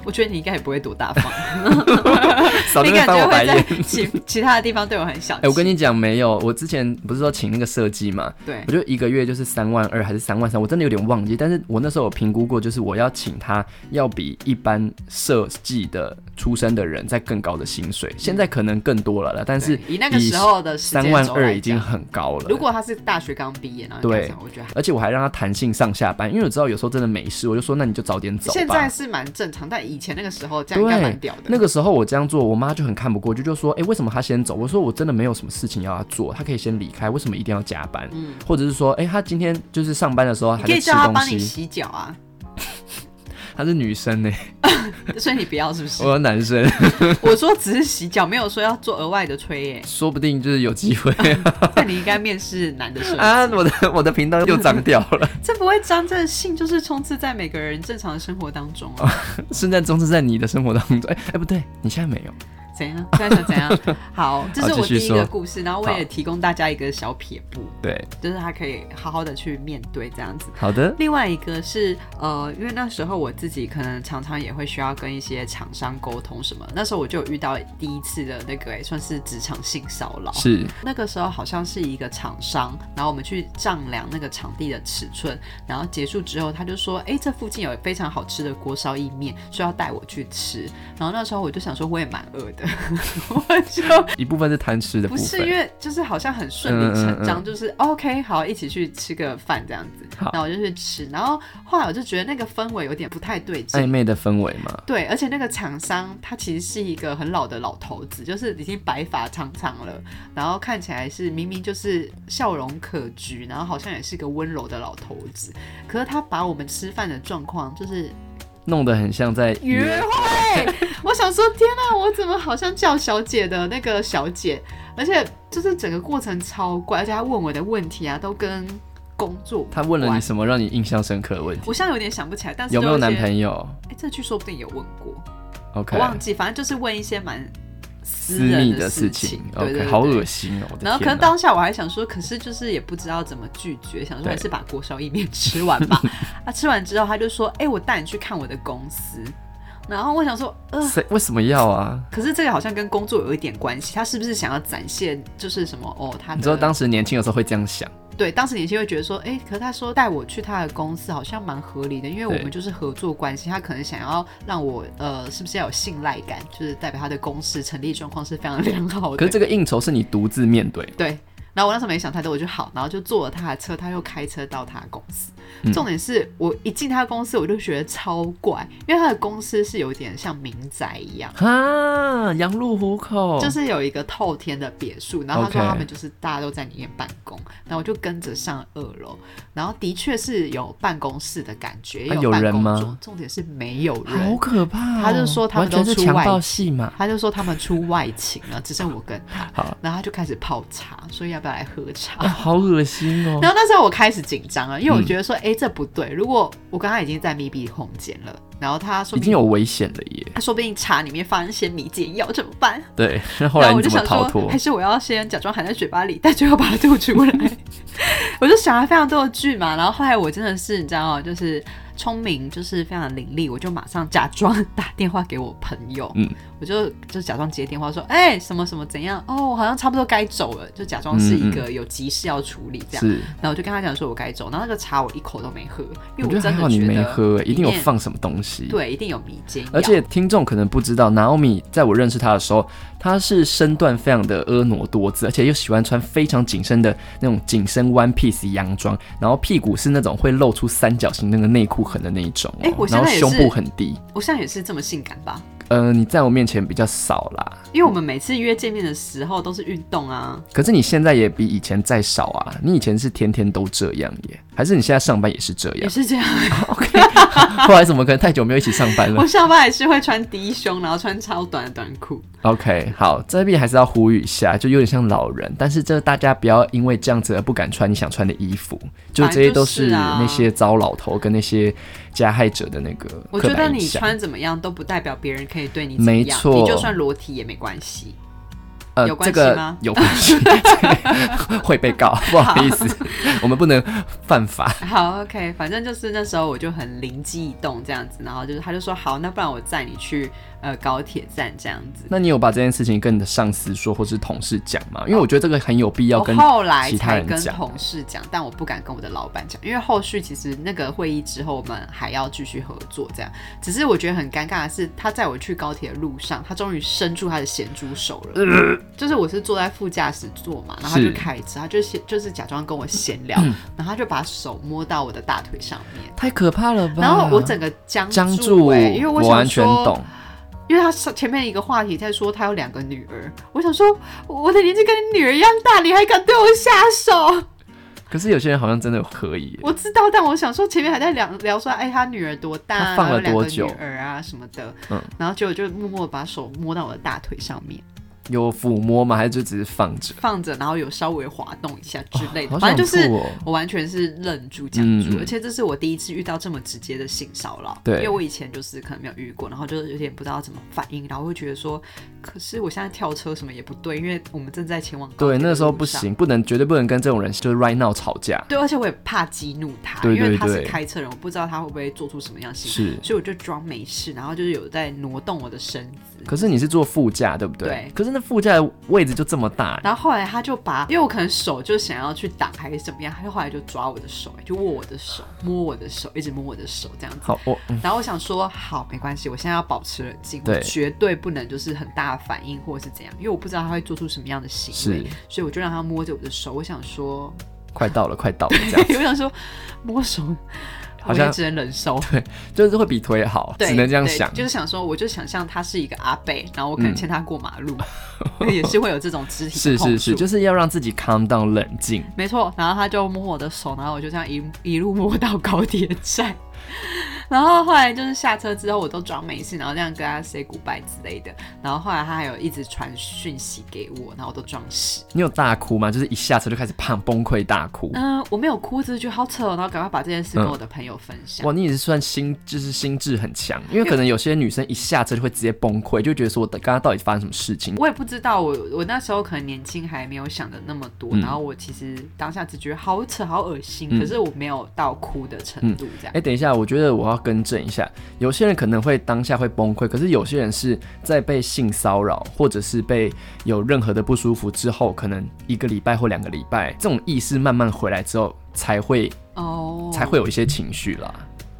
我觉得你应该也不会多 大方，少在你那边感翻觉我白会眼在。 其其他的地方对我很小气。 哎、我跟你讲，没有，我之前不是说请那个设计嘛，对我。就一个月就是三万二还是三万三，我真的有点忘记。但是我那时候有评估过，就是我要请他要比一般设计的出身的人在更高的薪水，现在可能更多了啦，但是嗯对以那个时候的时三间万轴二来已经讲很高了。如果他是大学刚毕业，然后你对干什么我觉得还而且我还让他弹性上下班，因为我知道有时候真的没事，我就说那你就早点走吧。现在是蛮正常，但以前那个时候这样应该蛮对屌的，。那个时候我这样做，我妈就很看不过去，就说：“哎、为什么她先走？”我说：“我真的没有什么事情要她做，她可以先离开，为什么一定要加班？嗯或者是说，哎、她今天就是上班的时候你还可在以吃叫他东帮你西，洗脚啊， 她是女生呢、欸所以你不要是不是我？有男生，。我说只是洗脚，没有说要做额外的吹耶 说不定就是有 机会那你应该面试男的时候， 啊！我的我的频道 又脏掉了。这不会脏，这性就是充斥在每个人正常的生活当中啊。圣诞钟是在你的生活当中，哎、哎、不对，你现在没有。怎样？现在想 怎样？好，这是好我继续第一个说故事，然后我也提供大家一个小撇步，对，就是他可以好好的去面对这样子。好的，另外一个是，呃，因为那时候我自己可能常常也会需要跟一些厂商沟通什么，那时候我就有遇到第一次的那个、也算是职场性骚扰。是那个时候好像是一个厂商，然后我们去丈量那个场地的尺寸，然后结束之后，他就说：“哎、这附近有非常好吃的锅烧意面，说要带我去吃。”然后那时候我就想说，我也蛮饿的，的，我就一部分是贪吃的部不分。是因为就是好像很顺理成章，就是 OK 好一起去吃个饭这样子，好然后我就去吃，然后后来我就觉得那个氛围有点不太对劲，暧昧的氛围嘛，对，而且那个厂商他其实是一个很老的老头子，就是已经白发苍苍了，然后看起来是明明就是笑容可掬，然后好像也是个温柔的老头子，可是他把我们吃饭的状况就是弄得很像在约约。会，我想说天哪、我怎么好像叫小姐的那个小姐，而且就是整个过程超怪，而且他问我的问题啊都跟工作无他问了你关，什么让你印象深刻的问题？我现在有点想不起来，但是有没有男友？朋友哎，这句说不定有问过。 ？OK，我忘记，反正就是问一些蛮私私人密的的事事情情。对对，OK，对好恶心哦！我然的后可能天哪，当下我还想说，可是就是也不知道怎么拒绝，想说对还是把锅烧意面吃完吧。 啊，吃完之后他就说：“哎、我带你去看我的公司。”然后我想说，呃， 谁为什么要啊？可是这个好像跟工作有一点关系，他是不是想要展现就是什么？哦，他的你知道当时年轻的时候会这样想，对当时年轻会觉得说，哎、可是他说带我去他的公司好像蛮合理的，因为我对们就是合作关系，他可能想要让我呃，是不是要有信赖感，就是代表他的公司成立状况是非常良好的。可是这个应酬是你独自面对，对，然后我那时候没想太多，我就好，然后就坐了他的车，他又开车到他的公司。嗯重点是我一进他的公司，我就觉得超怪，因为他的公司是有点像民宅一样。哈，羊入虎口，就是有一个透天的别墅，然后他说哦 OK 他们就是大家都在里面办公然后我就跟着上二楼，然后的确是有办公室的感觉，也啊有有办人公吗桌，重点是没有好人，可怕哦。他就说他们完全是都出外强暴戏嘛，他就说他们出外勤了，只剩我跟他，好然后他就开始泡茶，说要不要来喝茶？啊好恶心 哦嗯然。后那时候我开始紧张了，因为我觉得说，哎、这不对。如果我刚刚已经在密闭空间了，然后他说已不定经有危险了耶，他说不定茶里面放一些迷解药怎么办？ 对。那后然来后你我就怎么想逃说，脱还？是我要先假装含在嘴巴里，但最后把它吐出来。 我就想了非常多的剧嘛，然后后来我真的是你知道，哦就是聪明，就是非常伶俐，我就马上假装打电话给我朋友，嗯我就就假装接电话说，哎、什么什么怎样？哦，我好像差不多该走了，就假装是一个有急事要处理这样。嗯是，然后我就跟他讲说我该走，然后那个茶我一口都没喝，因我为觉我得还真的好你觉没得喝欸耶，一定有里面放什么东西。对，一定有迷奸药，而且听众可能不知道，Naomi 在我认识她的时候，她是身段非常的婀娜多姿，而且又喜欢穿非常紧身的那种紧身 one piece 洋装，然后屁股是那种会露出三角形那个内裤痕的那一种、哦哎我现然后在也胸是部很低。我现在也是这么性感吧，呃，你在我面前比较少啦，因为我们每次约见面的时候都是运动啊，可是你现在也比以前再少啊，你以前是天天都这样耶，还是你现在上班也是这也样是 这样。 ？OK，后来怎么可能太久没有一起上班 了 我上班还是会穿低胸，然后穿超短的短裤。 ？OK，好，这边还是要呼吁一下，啊就有点像老人，但是这大家不要因为这样子而不敢穿你想穿的衣服，就这些都反正是就是啊那些糟老头跟那些加害者的那个我刻觉得板印你象。穿怎么样都不代表别人可以对你怎么样，没错你就算裸体也没关系。 呃有关这系个吗有关系， 会被告，不好意 思，我们不能犯法。好，OK，反正就是那时候我就很灵机一动这样子，然后就是他就说好，那不然我载你去呃高铁站这样子。那你有把这件事情跟你的上司说，或是同事讲吗？因为我觉得这个很有必要我跟哦后来其他才人跟讲。啊同事讲，但我不敢跟我的老板讲，因为后续其实那个会议之后，我们还要继续合作这样。只是我觉得很尴尬的是，他载我去高铁的路上，他终于伸出他的咸猪手了。 就是我是坐在副驾驶座嘛，然后他是嗯就开车，他就先就是假装跟我闲聊，然后他就把手摸到我的大腿上面。太可怕了吧！然后我整个僵僵住、住，欸，因为我我想完全说懂。因为他上前面一个话题在说他有两个女儿，我想说我的年纪跟你女儿一样大，你还敢对我下 手？可是有些人好像真的可以耶，我知道，但我想说前面还在聊聊说，哎，他女儿多大、啊，他放了然后有多久两个女儿啊什么的，嗯然后结果就默默地把手摸到我的大腿上面，有抚摸吗？还是就只是放着？放着，然后有稍微滑动一下之类的，好反想正就是吐哦！我完全是愣住、僵住，嗯嗯而且这是我第一次遇到这么直接的性骚扰。对因为我以前就是可能没有遇过，然后就是有点不知道怎么反应，然后会觉得说，可是我现在跳车什么也不对，因为我们正在前往高铁对，那的时候路不上。行，不能绝对不能跟这种人就是 right now 吵架。对，而且我也怕激怒他，对因为对他是对开车人，我不知道他会不会做出什么样的行为，是所以我就装没事，然后就是有在挪动我的身子，可是你是坐副驾，对不对？对可是那副驾的位置就这么大，然后后来他就把，因为我可能手就想要去挡还是怎么样，他就后来就抓我的手，就握我的手，摸我的手，一直摸我的手这样子。好，我嗯然后我想说，好，没关系，我现在要保持冷静，对我绝对不能就是很大的反应或者是怎样，因为我不知道他会做出什么样的行为是，所以我就让他摸着我的手。我想说， 快到了，快到了，这样我想说摸手，好我像也只能忍受。就是会比腿好，对，只能这样对想。就是想说，我就想象他是一个阿贝，然后我可能嗯牵他过马 路，也是会有这种肢体是的碰是触。是，就是要让自己 calm down 冷静。没错，然后他就摸我的手，然后我就这样一一路摸到高铁站。然后后来就是下车之后，我都装没事，然后这样跟他 say goodbye 之类的。然后后来他还有一直传讯息给我，然后我都装死。你有大哭吗？就是一下车就开始胖崩溃大哭。嗯、我没有哭，只是觉得好扯哦，然后赶快把这件事跟嗯我的朋友分享。哇，你也是算心，就是心智很强，因为可能有些女生一下车就会直接崩溃，就觉得说我刚刚到底发生什么事情。我也不知道，我我那时候可能年轻，还没有想的那么多。嗯然后我其实当下只觉得好扯、好恶心，嗯可是我没有到哭的程度这样。哎、等一下，我觉得我要更正一下，有些人可能会当下会崩溃，可是有些人是在被性骚扰或者是被有任何的不舒服之后，可能一个礼拜或两个礼拜，这种意识慢慢回来之后，才会哦，才会有一些情绪啦。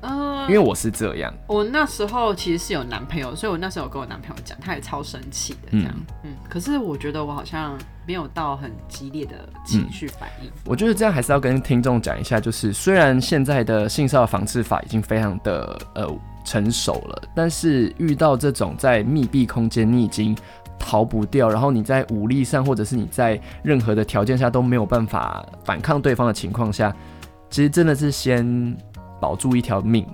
嗯因为我是这样，我那时候其实是有男朋友，所以我那时候有跟我男朋友讲，他也超生气的这样。嗯可是我觉得我好像没有到很激烈的情绪反应。我觉得这样还是要跟听众讲一下，就是虽然现在的性骚扰防治法已经非常的呃成熟了，但是遇到这种在密闭空间你已经逃不掉，然后你在武力上或者是你在任何的条件下都没有办法反抗对方的情况下，其实真的是先保住一条命。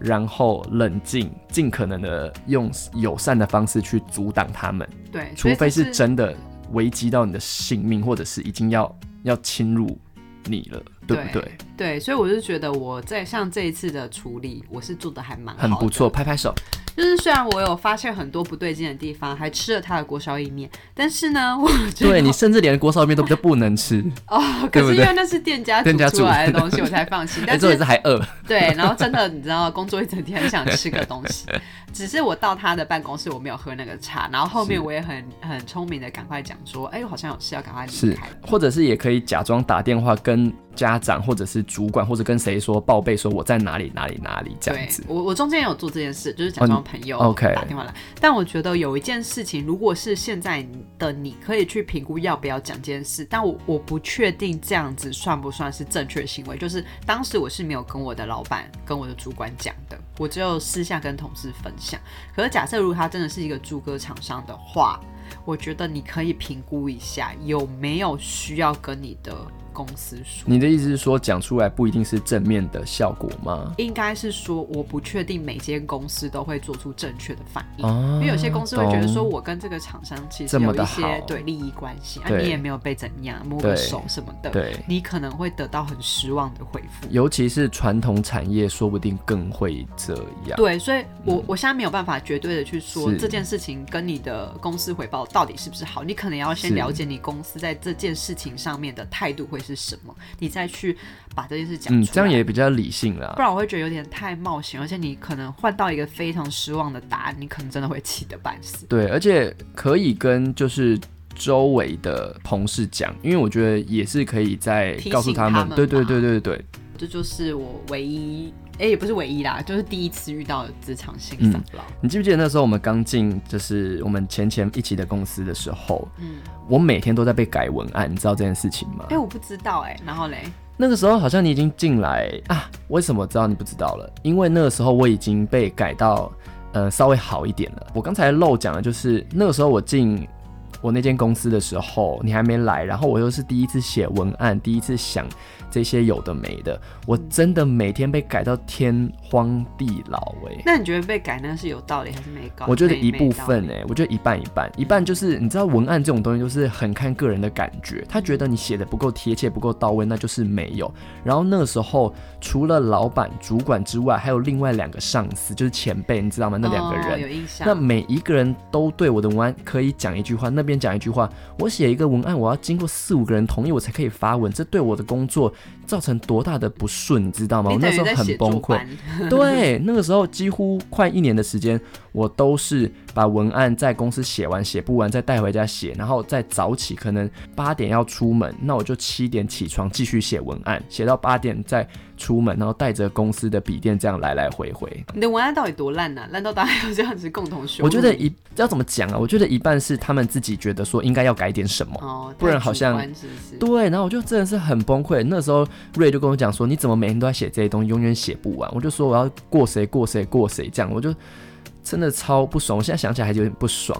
然后冷静，尽可能的用友善的方式去阻挡他们，对，所除以非就是真的危及到你的性命，或者是已经要要侵入你了，对不对对？对，所以我就觉得我在像这一次的处理，我是做的还蛮好很的不错，。拍拍手。就是虽然我有发现很多不对劲的地方，还吃了他的锅烧意面，但是呢，我觉得对你甚至连锅烧面都都不能吃，哦，可对不是对因为那是店家店煮家出煮来的东西，我才放心。哎， 但这也是是还 饿。对，然后真的，你知道，工作一整天很想吃个东 西，只是我到他的办公室，我没有喝那个茶，然后后面是我也很很聪明的赶快讲说，哎、我好像有事要赶快离是开。，或者是也可以假装打电话跟家长，或者是主管，或者跟谁说报备，说我在哪里哪里哪里这对样子，。我我中间有做这件事，就是假哦你装朋友 OK 打电话来。但我觉得有一件事情，如果是现在的你，可以去评估要不要讲这件事。但我我不确定这样子算不算是正确的行为。就是当时我是没有跟我的老板、跟我的主管讲的，我只有私下跟同事分享。可是假设如果他真的是一个驻歌厂商的话，我觉得你可以评估一下有没有需要跟你的公司说。你的意思是说讲出来不一定是正面的效果吗？应该是说，我不确定每间公司都会做出正确的反应，啊因为有些公司会觉得说，懂我跟这个厂商其实这么有的一些好对利益关系，啊，对你也没有被怎样摸个对手什么的，对，你可能会得到很失望的回复。尤其是传统产业，说不定更会这样。对，所以我我现在没有办法绝对的去说嗯是这件事情跟你的公司回报到底是不是好，你可能要先是了解你公司在这件事情上面的态度会是什么，你再去把这件事讲出来。嗯，这样也比较理性啦不。然我会觉得有点太冒险，而且你可能换到一个非常失望的答案，你可能真的会气得半死。对，而且可以跟就是周围的同事讲，因为我觉得也是可以再提告诉醒他他们，们对对吧对对对，这就是我唯一，哎、也不是唯一啦，就是第一次遇到的职场性嗯骚扰。你记不记得那时候我们刚进就是我们前前一起的公司的时候，嗯，我每天都在被改文案，你知道这件事情吗哎、？我不知道哎、然后嘞，那个时候好像你已经进来啊，为什么知道你不知道了？因为那个时候我已经被改到呃稍微好一点了。我刚才漏讲的就是那个时候我进我那间公司的时候，你还没来，然后我又是第一次写文案，第一次想这些有的没的，我真的每天被改到天荒地老哎、那你觉得被改那是有道理还是没搞？我觉得没一部。没道理分哎、我觉得一半一半，一半就是你知道文案这种东西就是很看个人的感觉，他觉得你写的不够贴切、不够到位，那就是没有。然后那个时候除了老板、主管之外，还有另外两个上司，就是前辈，你知道吗？那两个哦人。有印那象。每一个人都对我的文案可以讲一句话，那边便讲一句话，我写一个文案，我要经过四五个人同意我才可以发文，这对我的工作造成多大的不顺，你知道吗？我你那等时于候在很写崩作溃。班对，那个时候几乎快一年的时间，我都是把文案在公司写完，写不完再带回家写，然后再早起，可能八点要出门，那我就七点起床继续写文案，写到八点再出门，然后带着公司的笔电这样来来回回。你的文案到底多烂啊呐、烂到大家有这样子共同羞辱？我觉得一要怎么讲啊？我觉得一半是他们自己觉得说应该要改点什么。哦，不然太好主像观是不是？对，然后我就真的是很崩溃。那时候瑞就跟我讲说：“你怎么每天都在写这些东西，永远写不完？”我就说：“我要过谁过谁过谁这样。”我就真的超不爽。我现在想起来还是有点 不爽，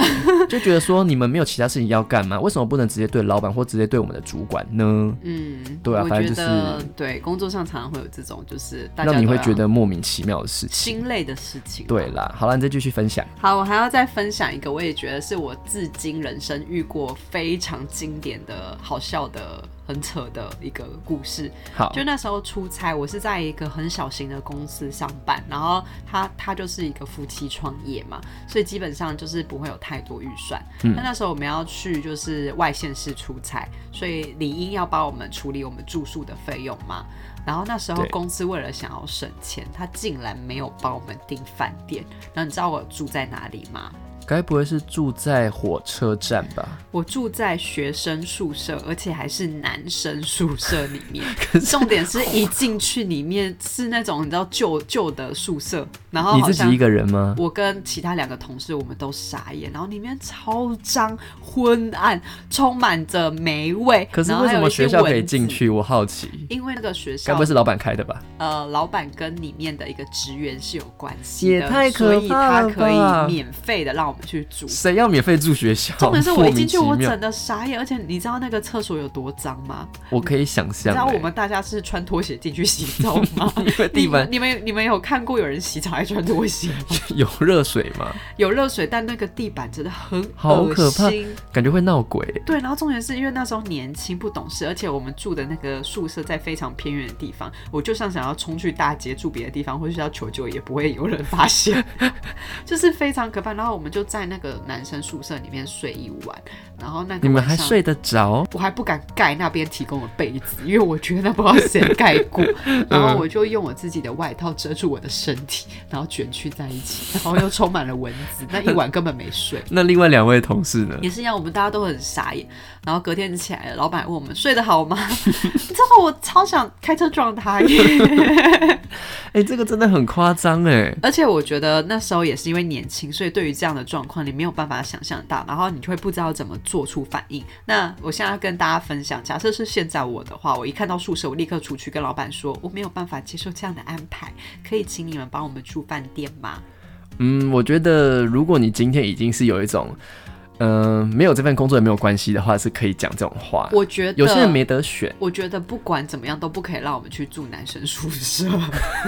就觉得说你们没有其他事情要干吗？为什么不能直接对老板或直接对我们的主管呢？嗯，对啊我反觉正得就是对工作上常常会有这种，就是大家让你都会要觉得莫名其妙的事情。心累的事情。对啦，好了，你再继续分享。好，我还要再分享一个，我也觉得是我至今人生遇过非常经典的好笑的、很扯的一个故事。好，就那时候出差，我是在一个很小型的公司上班，然后他他就是一个夫妻创业嘛，所以基本上就是不会有太多预算。那、嗯那时候我们要去就是外县市出差，所以理应要帮我们处理我们住宿的费用嘛。然后那时候对公司为了想要省钱，他竟然没有帮我们订饭店。然后你知道我住在哪里吗？该不会是住在火车站吧？我住在学生宿舍，而且还是男生宿舍里 面。重点是一进去里面是那种你知道旧旧的宿舍，然后哦你好自己像一个人吗？我跟其他两个同事我们都傻眼，然后里面超脏、昏暗，充满着霉味。可是然后为还什有么一些学校可以蚊子进？去？我好奇，因为那个学该校不会是老板开的吧？呃，老板跟里面的一个职员是有关系的，也太可所以怕他了可吧以免费的让我们去住谁要免费住学校？重点是我莫一名进去，其我妙整的傻眼，而且你知道那个厕所有多脏吗？我可以想你象、知道欸我们大家是穿拖鞋进去洗澡吗？因为 地板你你们你们有看过有人洗澡还穿拖鞋吗？有热水嘛，有热水，但那个地板真的很好可怕恶心感觉会闹鬼、对，然后重点是因为那时候年轻不懂事，而且我们住的那个宿舍在非常偏远的地方，我就算想要冲去大街住别的地方，或者是要求救，也不会有人发 现，就是非常可怕。然后我们就在那个男生宿舍里面睡一晚，然后那个你们晚还上睡得着？我还不敢盖那边提供的被子，因为我觉得不知道谁盖过。然后我就用我自己的外套遮住我的身体，然后卷曲在一起，然后又充满了蚊子。那一晚根本没睡，那另外两位同事呢？也是一样，我们大家都很傻眼。然后隔天起来了，老板还问我们睡得好吗？你知道我超想开车撞他耶！哎、这个真的很夸张哎！而且我觉得那时候也是因为年轻，所以对于这样的状况，你没有办法想象到，然后你就会不知道怎么做出反应。那我现在要跟大家分享，假设是现在我的话，我一看到宿舍，我立刻出去跟老板说，我没有办法接受这样的安排，可以请你们帮我们住饭店吗？嗯，我觉得如果你今天已经是有一种，嗯、没有这份工作也没有关系的话，是可以讲这种话。我觉得有些人没得选，我觉得不管怎么样都不可以让我们去住男生宿 舍，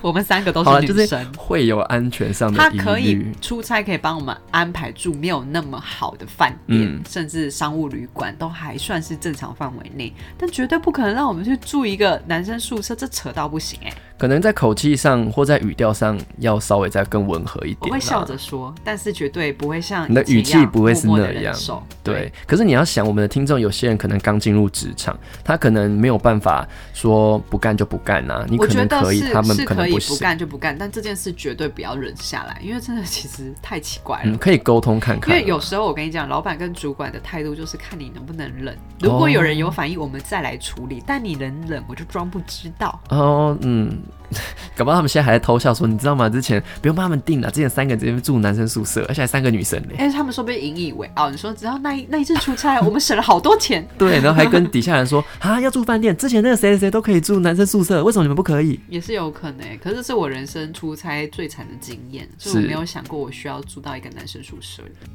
我们三个都好了，是女就是生。会有安全上的他疑可以虑。出差，可以帮我们安排住没有那么好的饭店，嗯甚至商务旅馆都还算是正常范围内，但绝对不可能让我们去住一个男生宿舍，这扯到不行哎、可能在口气上或在语调上要稍微再更温和一点啦。我会笑着说，但是绝对不会像你的以前语气一样不会是默默地那忍样受对，可是你要想，我们的听众有些人可能刚进入职场，他可能没有办法说不干就不干啊，你我可觉能得可以，是他们是可能可以行。干就不干，但这件事绝对不要忍下来，因为真的其实太奇怪了。嗯，可以沟通看因看啊。为有时候我跟你讲，老板跟主管的态度就是看你能不能忍。如果有人有反应，我们再来处理；但你能忍，我就装不知 道。哦，嗯， 搞不好他们现在还在偷笑说，你知道吗？之前不用帮他们订了，之前三个人直接住男生宿舍，而且还三个 女生嘞。哎、他们说不定引以为傲。你说只要那一那一次出差，我们省了好多钱，对，然后还跟底下人说 啊，要住饭店，之前那个谁谁谁都可以住男生宿舍，为什么你们不可以？ 也是有可能、欸。可是这是我人生出差最惨的经验，所以我是没有想过我需要住到一个男生宿舍里。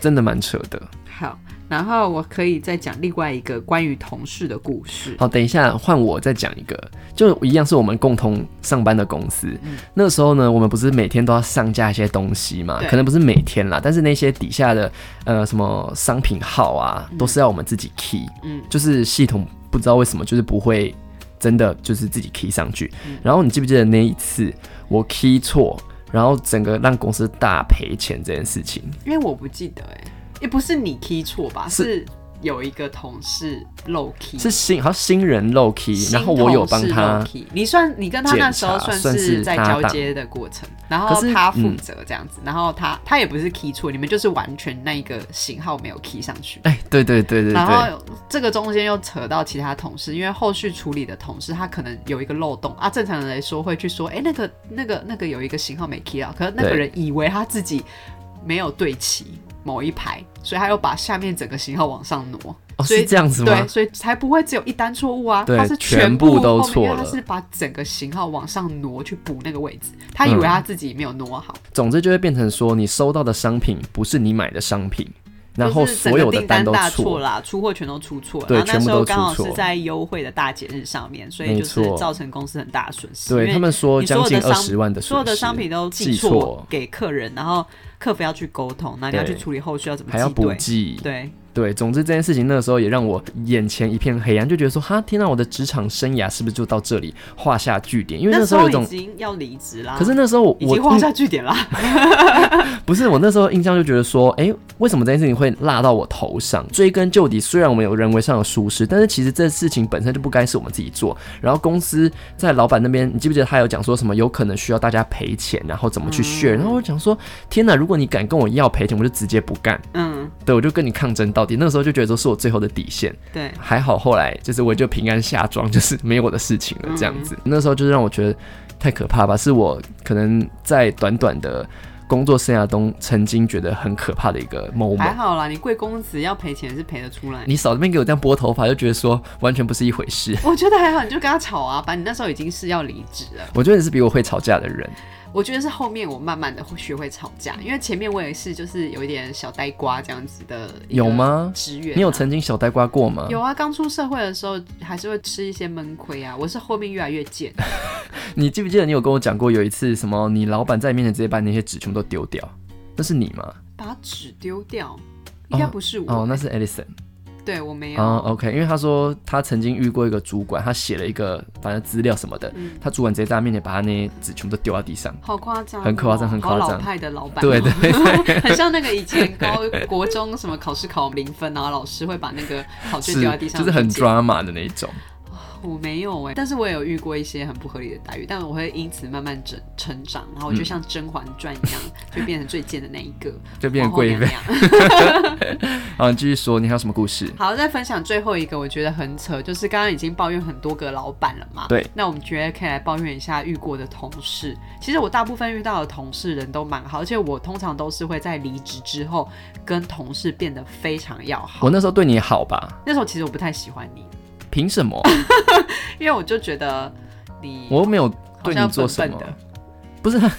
真的蛮扯的。好，然后我可以再讲另外一个关于同事的故事。好，等一下换我再讲一个，就一样是我们共同上班的公司。嗯那时候呢，我们不是每天都要上架一些东西嘛对，可能不是每天啦，但是那些底下的呃什么商品号啊，都是要我们自己 key，嗯嗯，就是系统不知道为什么就是不会真的就是自己 key 上去。嗯然后你记不记得那一次我 key 错，然后整个让公司大赔钱这件事情？嗯因为我不记得哎、欸，也不是你 key 错吧？是是有一个同事漏 key，是新好像新人漏 key，新然后我有同帮事他漏 key 你算你跟他那时候检查算是在算是搭交档接的过程，然可后是嗯他负责这样子，然后他他也不是 key 错，你们就是完全那一个型号没有 key 上去。哎，对对对对然对，后这个中间又扯到其他同事，因为后续处理的同事他可能有一个漏洞啊，正常人来说会去说，哎，那个那个那个有一个型号没 key 到，可是那个对人以为他自己没有对齐某一排，所以他又把下面整个型号往上挪，哦，所以是这样子吗对，？所以才不会只有一单错误啊，对他是全部部都后面错因为了他是把整个型号往上挪去补那个位置，他嗯以为他自己没有挪好，总之就会变成说，你收到的商品不是你买的商品，然后就是整所个有的订单单都大错错啦，出货全都出错了，对然后那时全候部都出错刚好是在优惠的大节日上面，所以没就错是造成公司很大的损失，因对为他们说你所将有近的二商十万的损失，所有的商品都寄寄错错，给客人，然后客服要去沟通，那你要对去处理后续要怎么还要寄补对，寄，对，对，总之这件事情那个时候也让我眼前一片黑暗，就觉得说哈，天哪，我的职场生涯是不是就到这里画下句点？因为那时时候有候一已种，经要离职啦，可是那时候我已经画下句点啦，不是我那时候印象就觉得说，诶，为什么这件事情会落到我头上？追根究底，虽然我们有人为上的疏失，但是其实这事情本身就不该是我们自己做。然后公司在老板那边，你记不记得他有讲说什么有可能需要大家赔钱，然后怎么去 share？、然后我讲说，天哪，如果你敢跟我要赔钱，我就直接不干。嗯，对，我就跟你抗争到底。那个时候就觉得说是我最后的底线。对。还好后来就是我就平安下庄，就是没有我的事情了这样子。嗯那时候就是让我觉得太可怕吧，是我可能在短短的工作生涯中曾经觉得很可怕的一个还 moment。好啦，你贵公子要赔钱是赔得出来。你嫂那边给我这样拨头发，就觉得说完全不是一回事。我觉得还好，你就跟他吵啊，反正你那时候已经是要离职了。我觉得你是比我会吵架的人，我觉得是后面我慢慢的会学会吵架，因为前面我也是就是有一点小呆瓜这样子的。有吗职员、你有？曾经小呆瓜过吗？啊有啊，刚出社会的时候还是会吃一些闷亏啊。我是后面越来越贱，你记不记得你有跟我讲过有一次什么，你老板在你面前直接把你那些纸全部都丢掉，那是你吗？把纸丢掉，应该不是我。欸哦，那是 Edison。对我没有。哦、o k 因为他说他曾经遇过一个主管，他写了一个反正资料什么的，嗯他主管直接在他面前把他那些纸全部都丢到地上。好夸张哦、很夸张很夸张好老派的老板、对对， 很像那个以前高国中什么考试考零分，然后老师会把那个考卷是丢在地上， 就是很捡 drama 的那一种。我没有哎、但是我也有遇过一些很不合理的待遇，但我会因此慢慢成成长，然后嗯我就像《甄嬛传》一样，就变成最贱的那一个，就变皇成后贵妃哦娘娘。 好，你继续说，你还有什么故事？好，再分享最后一个，我觉得很扯，就是刚刚已经抱怨很多个老板了嘛。对。那我们觉得可以来抱怨一下遇过的同事。其实我大部分遇到的同事人都蛮好，而且我通常都是会在离职之后跟同事变得非常要好。我那时候对你好吧？那时候其实我不太喜欢你，凭 什么？因为我就觉得你我又没有对你做什么。不是、啊，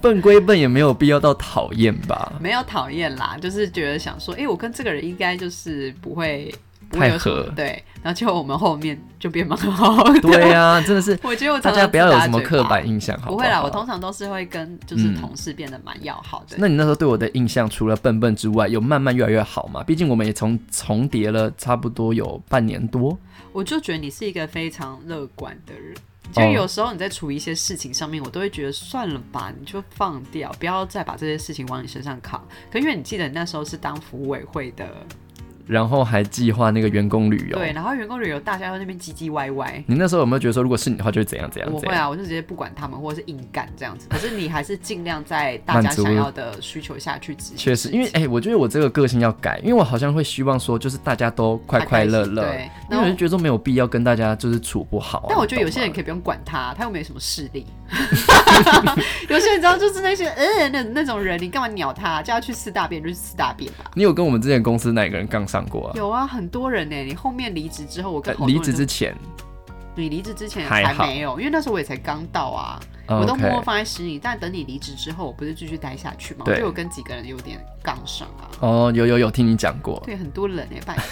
笨归笨，也没有必要到讨厌吧？没有讨厌啦，就是觉得想说，诶，我跟这个人应该就是不会不会有什么太合对，然后结果我们后面就变蛮好的。对啊，真的是 我觉得我大常常家不要有什么自打嘴刻巴板印象，好不好？会啦，我通常都是会跟就是嗯同事变得蛮要好的。那你那时候对我的印象，除了笨笨之外，有慢慢越来越好嘛？毕竟我们也从重叠了差不多有半年多。我就觉得你是一个非常乐观的人。就哦有时候你在处理一些事情上面，我都会觉得算了吧，你就放掉，不要再把这些事情往你身上扛。可因为你记得你那时候是当服委会的，然后还计划那个员工旅游。对，然后员工旅游大家在那边唧唧歪歪，你那时候有没有觉得说，如果是你的话，就会怎样怎样我怎会样？啊，我就直接不管他们，或者是硬干这样子。可是你还是尽量在大家满足想要的需求下去执行。确实，因为哎、我觉得我这个个性要改，因为我好像会希望说，就是大家都快快乐乐大家一起对，因为我就觉得说没有必要跟大家就是处不好、啊。但我觉得有些人你可以不用管他，他又没什么势力。 有些人你知道，就是那些呃那那种人，你干嘛鸟他？叫他去吃大便就去吃大便吧。懂吗，你有跟我们之前公司哪个人杠上过啊？有啊，很多人呢、你后面离职之后，我呃跟好多离人职都之前，你离职之前还还好没有，因为那时候我也才刚到啊，啊我都默 OK 默放在心里。但等你离职之后，我不是继续待下去嘛？我对就有跟几个人有点杠上啊。哦，有有有听你讲过，对，很多人哎、拜托。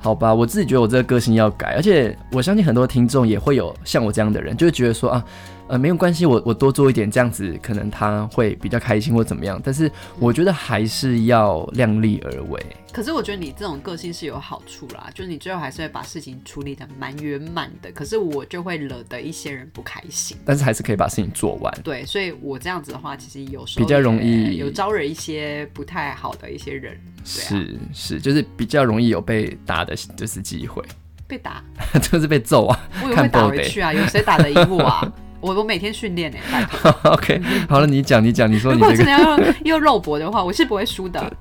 好吧，我自己觉得我这个个性要改，而且我相信很多听众也会有像我这样的人，就会觉得说啊，呃，没有关系，我我多做一点，这样子可能他会比较开心或怎么样。但是我觉得还是要量力而为。可是我觉得你这种个性是有好处啦，就是你最后还是会把事情处理的蛮圆满的。可是我就会惹得一些人不开心。但是还是可以把事情做完。对，所以我这样子的话，其实有时候比较也容易有招惹一些不太好的一些人，对啊，是是，就是比较容易有被打的，就是机会， 被打，就是被揍啊。 我也会看打报回得去啊，有谁打得赢我 啊？我我每天训练呢，拜托 OK，好了，你讲，你讲，你说如哦果你这真 个，的要用用肉搏的话，我是不会输 的。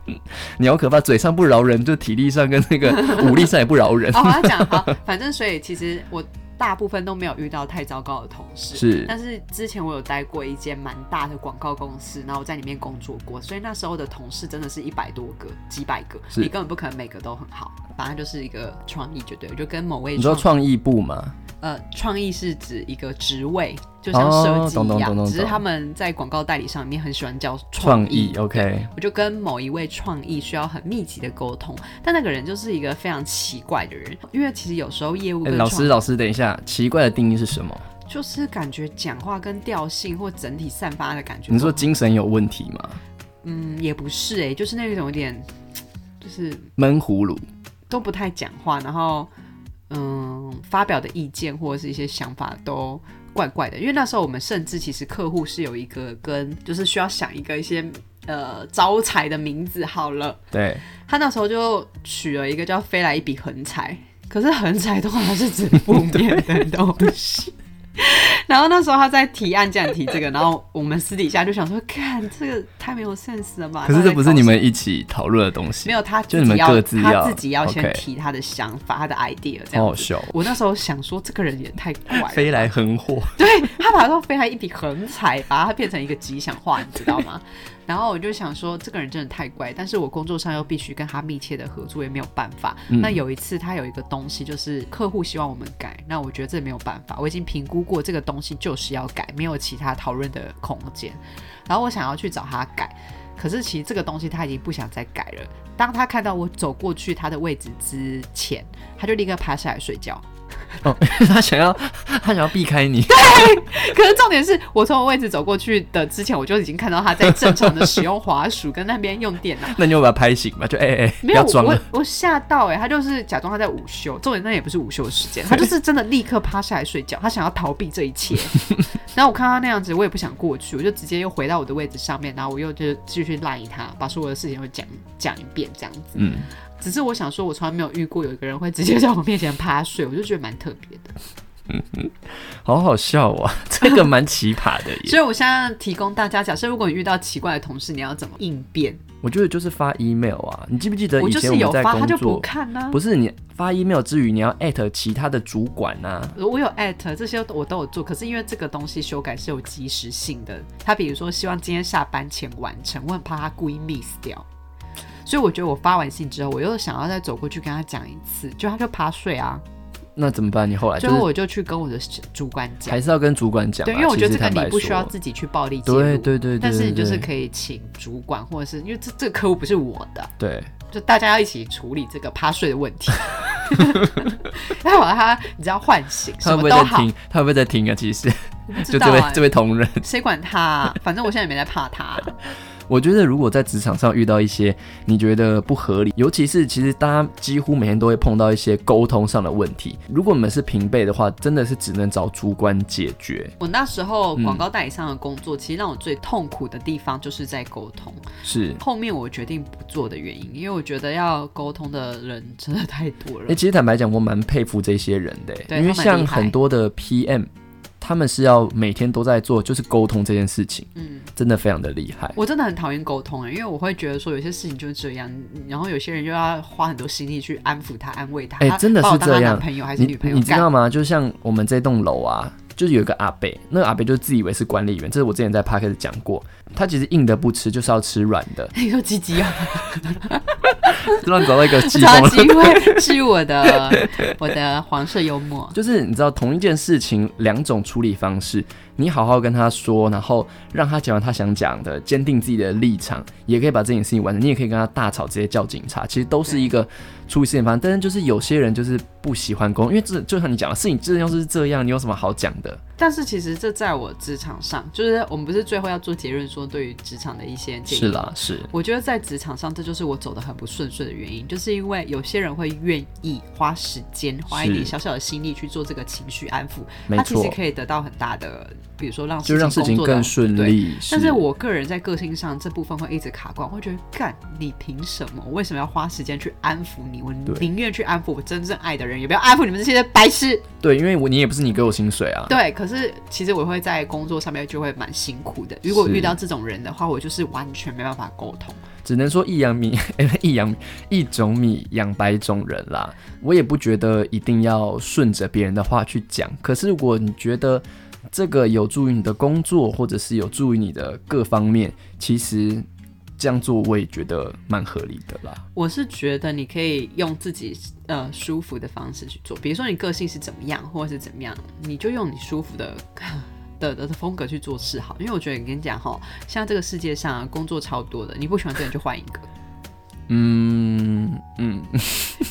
你好可怕，嘴上不饶人，就体力上跟那个武力上也不饶 人。哦，我要讲好，反正所以其实我大部分都没有遇到太糟糕的同事。是但是之前我有待过一间蛮大的广告公司，然后我在里面工作过，所以那时候的同事真的是一百多个、几百个，是哦你根本不可能每个都很好。反正就是一个创意，就对了，就跟某位你说创意部嘛，呃创意是指一个职位，就像设计哦懂一懂样，懂懂只是他们在广告代理上面很喜欢叫创意意。OK，我就跟某一位创意需要很密集的沟通，但那个人就是一个非常奇怪的人，因为其实有时候业务哎跟老创师老师，等一下，奇怪的定义是什么？就是感觉讲话跟调性或整体散发的感觉，你说精神有问题吗？嗯也不是哎、就是那种有点就是闷葫芦。都不太讲话，然后嗯发表的意见或者是一些想法都。怪怪的，因为那时候我们甚至其实客户是有一个跟，就是需要想一个一些呃招财的名字好了，对，他那时候就取了一个叫“飞来一笔横财”，可是横财通常是指负面的东西。然后那时候他在提案这样提这个，然后我们私底下就想说，看这个太没有 sense 了吧？可是这不是你到底在搞什么们一起讨论的东西，啊没有他就自己你们要各自要他自己要先 OK 哦提他的想法、他的 idea 这好样好子。哎笑。我那时候想说，这个人也太怪了，飞来横祸， 对他把它飞来一笔横财，把它变成一个吉祥话，你知道吗？然后我就想说，这个人真的太怪，但是我工作上又必须跟他密切的合作，也没有办法。那有一次他有一个东西，就是客户希望我们改，那我觉得这没有办法，我已经评估过这个东西就是要改，没有其他讨论的空间。然后我想要去找他改，可是其实这个东西他已经不想再改了。当他看到我走过去他的位置之前，他就立刻爬下来睡觉。哦，哎 他想要他想要避开你，可是重点是我从我位置走过去的之前，我就已经看到他在正常的使用滑鼠跟那边用电 脑。 那你有把他拍醒吧？就哎哎、哎不没要有，装我了。我吓到哎、欸，他就是假装他在午休，重点那也不是午休的时间，他就是真的立刻趴下来睡觉，他想要逃避这一 切。然后我看他那样子，我也不想过去，我就直接又回到我的位置上面，然后我又就继续赖他，把所有的事情又讲讲一遍这样子。嗯，只是我想说，我从来没有遇过有一个人会直接在我面前趴睡，我就觉得蛮特别的。好好笑 啊，这个蛮奇葩的耶。所以我现在提供大家，假设如果你遇到奇怪的同事，你要怎么应变？我觉得就是发 email 啊，你记不记得我以就前是有们在发，他工就不作？看啊呢、不是你发 email 之余，你要 at 其他的主管啊。我有艾特这些我都有做，可是因为这个东西修改是有及时性的，他比如说希望今天下班前完成，我很怕他故意 miss 掉，所以我觉得我发完信之后，我又想要再走过去跟他讲一次，就他就趴睡啊，那怎么办？你后来最啊就后是我就去跟我的主管讲还，是要跟主管讲啊。对，因为我觉得其这实个坦白你不需要说自己去暴力介入，对对对对，但是你就是对可以请主管或者是因为这这个客户不是我的，对就大家要一起处理这个趴睡的问题。 要把他，你知道唤醒，什他会不么会都在好，听？他会不会在听啊？其实不知就道这位啊，这位同仁， 谁管他啊、反正我现在也没在怕他啊、我觉得如果在职场上遇到一些你觉得不合理，尤其是其实大家几乎每天都会碰到一些沟通上的问题，如果我们是平辈的话，真的是只能找主管解决。我那时候广告代理商的工嗯作，其实让我最痛苦的地方就是在沟通。是，后面我决定不做的原因，因为我觉得要沟通的人真的太多哎、了。其实坦白讲，我蛮佩服这些人的、欸对因为他们很厉像害很多的 PM，他们是要每天都在做，就是沟通这件事情，嗯，真的非常的厉害。我真的很讨厌沟通、欸，因为我会觉得说有些事情就是这样，然后有些人又要花很多心力去安抚他、安慰他。哎他真的把我是当他这样男朋友还是女你朋友你知干？，道吗？就像我们这栋楼啊，就是有一个阿伯，那个阿伯就自以为是管理员，这是我之前在 p a r k 讲过，他其实硬的不吃，就是要吃软的 你说鸡鸡啊？乱找到一个我鸡找公到。机会 是我的我的黄色幽默。就是你知道同一件事情两种处理方式，你好好跟他说，然后让他讲完他想讲的，坚定自己的立场，也可以把这件事情完成。你也可以跟他大吵，直接叫警察，其实都是一个处理事情方式。但是就是有些人就是不喜欢沟通，因为这就像你讲的，事情真的要是这样，你有什么好讲的？但是其实这在我职场上，就是我们不是最后要做结论说对于职场的一些建议。是啦，是我觉得在职场上，这就是我走的很不顺遂的原因，就是因为有些人会愿意花时间、花一点小小的心力去做这个情绪安抚，没他其错实，可以得到很大的，比如说让就让事情哦工作得更顺对利。但是我个人在个性上这部分会一直卡关，我会觉得干你凭什么？我为什么要花时间去安抚你？我对宁愿去安抚我真正爱的人，也不要安抚你们这些白痴。对，因为我你也不是你给我薪水啊，对，可是其实我会在工作上面就会蛮辛苦的。如果是遇到这种人的话，我就是完全没办法沟通。只能说一养米哎一养一种米养百种人啦。我也不觉得一定要顺着别人的话去讲，可是如果你觉得这个有助于你的工作，或者是有助于你的各方面，其实这样做我也觉得蛮合理的啦。我是觉得你可以用自己呃舒服的方式去做，比如说你个性是怎么样，或者是怎么样，你就用你舒服的 的的的风格去做事好。因为我觉得你跟你讲哈，现在这个世界上、啊、工作超多的，你不喜欢这个你就换一个。 嗯嗯，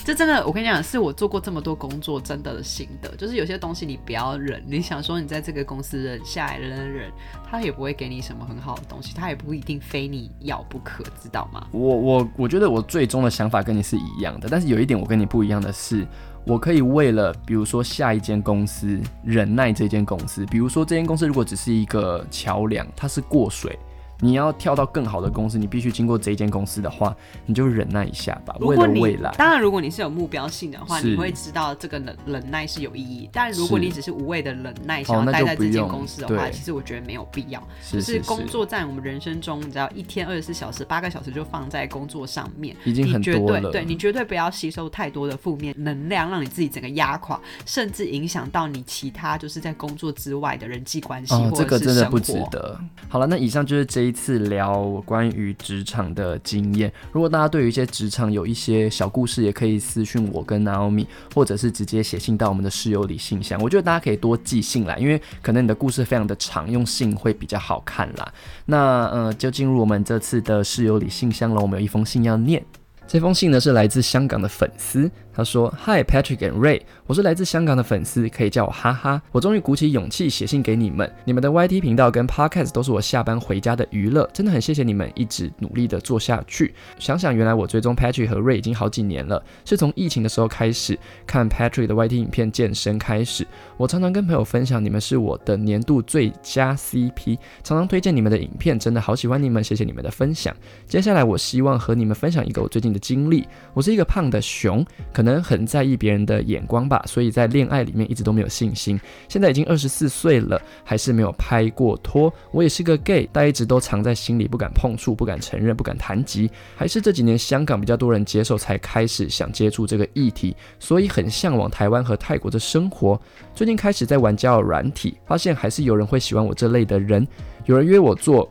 这真的，我跟你讲，是我做过这么多工作真的心得，就是有些东西你不要忍，你想说你在这个公司忍下来忍忍忍，他也不会给你什么很好的东西，他也不一定非你要不可，知道吗？我我我觉得我最终的想法跟你是一样的，但是有一点我跟你不一样的是，我可以为了比如说下一间公司忍耐这间公司，比如说这间公司如果只是一个桥梁，它是过水。你要跳到更好的公司，你必须经过这一间公司的话，你就忍耐一下吧。如为果了你未来，当然，如果你是有目标性的话，是你会知道这个忍忍耐是有意义。但如果是你只是无谓的忍耐，哦想要那待就在不这间用公司的话，对其实我觉得没有必要。是就是工是作在我们人生中，你知道一天二十四小时、八个小时就放在工作上面，已经很你绝多对了。对你绝对不要吸收太多的负面能量，让你自己整个压垮，甚至影响到你其他就是在工作之外的人际关系、哦，或这者个是真的生不活。值得。好了，那以上就是这一次聊关于职场的经验。如果大家对于一些职场有一些小故事，也可以私讯我跟 Naomi，或者是直接写信到我们的室友里信箱。我觉得大家可以多寄信来，因为可能你的故事非常的长，用信会比较好看啦。那呃，就进入我们这次的室友里信箱了。我们有一封信要念。这封信呢是来自香港的粉丝，他说：“Hi Patrick and Ray，我是来自香港的粉丝，可以叫我哈哈。我终于鼓起勇气写信给你们，你们的 YT 频道跟 Podcast 都是我下班回家的娱乐，真的很谢谢你们一直努力的做下去。想想原来我追踪 Patrick 和 Ray 已经好几年了，是从疫情的时候开始看 Patrick 的 YT 影片健身开始。我常常跟朋友分享你们是我的年度最佳 CP，常常推荐你们的影片，真的好喜欢你们，谢谢你们的分享。接下来，我希望和你们分享一个我最近的经历。我是一个胖的熊，可能很在意别人的眼光吧，所以在恋爱里面一直都没有信心。现在已经二十四岁了，还是没有拍过拖。我也是个 gay，但一直都藏在心里，不敢碰触，不敢承认，不敢谈及。还是这几年香港比较多人接受，才开始想接触这个议题，所以很向往台湾和泰国的生活。最近开始在玩交友软体，发现还是有人会喜欢我这类的人，有人约我做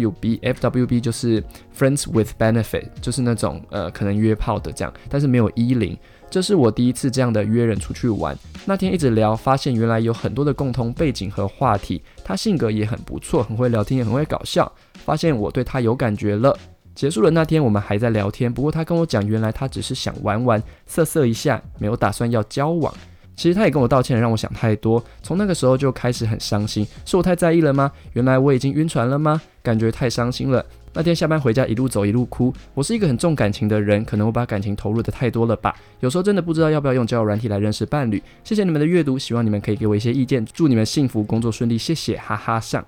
FWB，FWB 就是。Friends with Benefit，就是那种呃可能约炮的这样，但是没有衣领。这是我第一次这样的约人出去玩，那天一直聊，发现原来有很多的共同背景和话题。他性格也很不错，很会聊天，也很会搞笑。发现我对他有感觉了。结束了那天，我们还在聊天，不过他跟我讲，原来他只是想玩玩，色色一下，没有打算要交往。其实他也跟我道歉，让我想太多。从那个时候就开始很伤心，是我太在意了吗？原来我已经晕船了吗？感觉太伤心了。那天下班回家，一路走一路哭。我是一个很重感情的人，可能我把感情投入的太多了吧。有时候真的不知道要不要用交友软体来认识伴侣。谢谢你们的阅读，希望你们可以给我一些意见。祝你们幸福，工作顺利，谢谢，哈哈上。